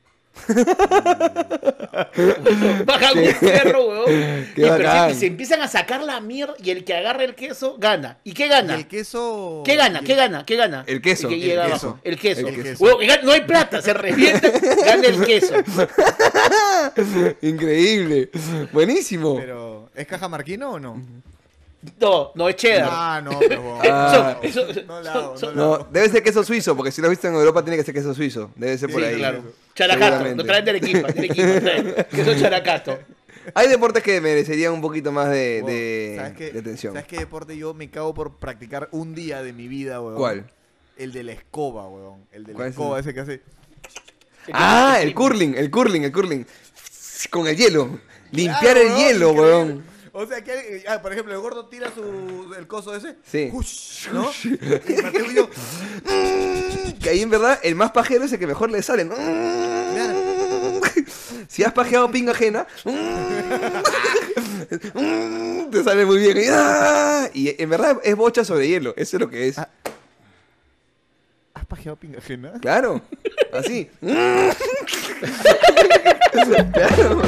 [SPEAKER 2] Bajan un cerro, weón. Y, persiguen-
[SPEAKER 3] bacán.
[SPEAKER 2] y se empiezan a sacar la mierda y el que agarra el queso gana. ¿Y qué gana?
[SPEAKER 1] Y el queso...
[SPEAKER 2] ¿Qué gana?
[SPEAKER 1] y el-
[SPEAKER 2] ¿Qué gana? ¿Qué gana?
[SPEAKER 3] El queso,
[SPEAKER 2] que
[SPEAKER 3] el
[SPEAKER 2] llega
[SPEAKER 3] queso.
[SPEAKER 2] abajo. El queso.
[SPEAKER 3] El queso.
[SPEAKER 2] Huevón, gana- no hay plata, se revienta, gana el queso.
[SPEAKER 3] Increíble. Buenísimo.
[SPEAKER 1] Pero, ¿es cajamarquino o no?
[SPEAKER 2] No, no es cheddar.
[SPEAKER 1] Ah, no, pero bueno.
[SPEAKER 3] Ah.
[SPEAKER 2] Eso- eso-
[SPEAKER 1] No la hago,
[SPEAKER 2] eso-
[SPEAKER 1] no la
[SPEAKER 3] No,
[SPEAKER 1] hago.
[SPEAKER 3] debe ser queso suizo, porque si lo has visto en Europa tiene que ser queso suizo. Debe ser
[SPEAKER 1] Sí,
[SPEAKER 3] por ahí.
[SPEAKER 2] Claro. Characato, lo
[SPEAKER 3] Seguramente.
[SPEAKER 2] traen de Arequipa, de Arequipa, traen. que son characato.
[SPEAKER 3] Hay deportes que merecerían un poquito más de,
[SPEAKER 1] Wow,
[SPEAKER 3] de-
[SPEAKER 1] ¿Sabes qué,
[SPEAKER 3] de atención.
[SPEAKER 1] ¿Sabes qué deporte yo me cago por practicar un día de mi vida, weón?
[SPEAKER 3] ¿Cuál?
[SPEAKER 1] El de la escoba, weón. El de la
[SPEAKER 3] ¿Cuál es
[SPEAKER 1] escoba, ese que hace.
[SPEAKER 3] Ah, el curling, el curling, el curling. Con el hielo. Limpiar
[SPEAKER 1] Ah,
[SPEAKER 3] el
[SPEAKER 1] weón,
[SPEAKER 3] hielo,
[SPEAKER 1] increíble.
[SPEAKER 3] weón.
[SPEAKER 1] O sea, que hay- ah, por ejemplo, el gordo tira su, el coso ese.
[SPEAKER 3] Sí.
[SPEAKER 1] Hush, ¿No? Y Mateo y yo.
[SPEAKER 3] Que ahí en verdad el más pajero es el que mejor le salen. Si has pajeado pinga ajena, te sale muy bien. ah, Y en verdad es bocha sobre hielo, eso es lo que es.
[SPEAKER 1] ¿Has pajeado pinga ajena?
[SPEAKER 3] Claro, así. Claro.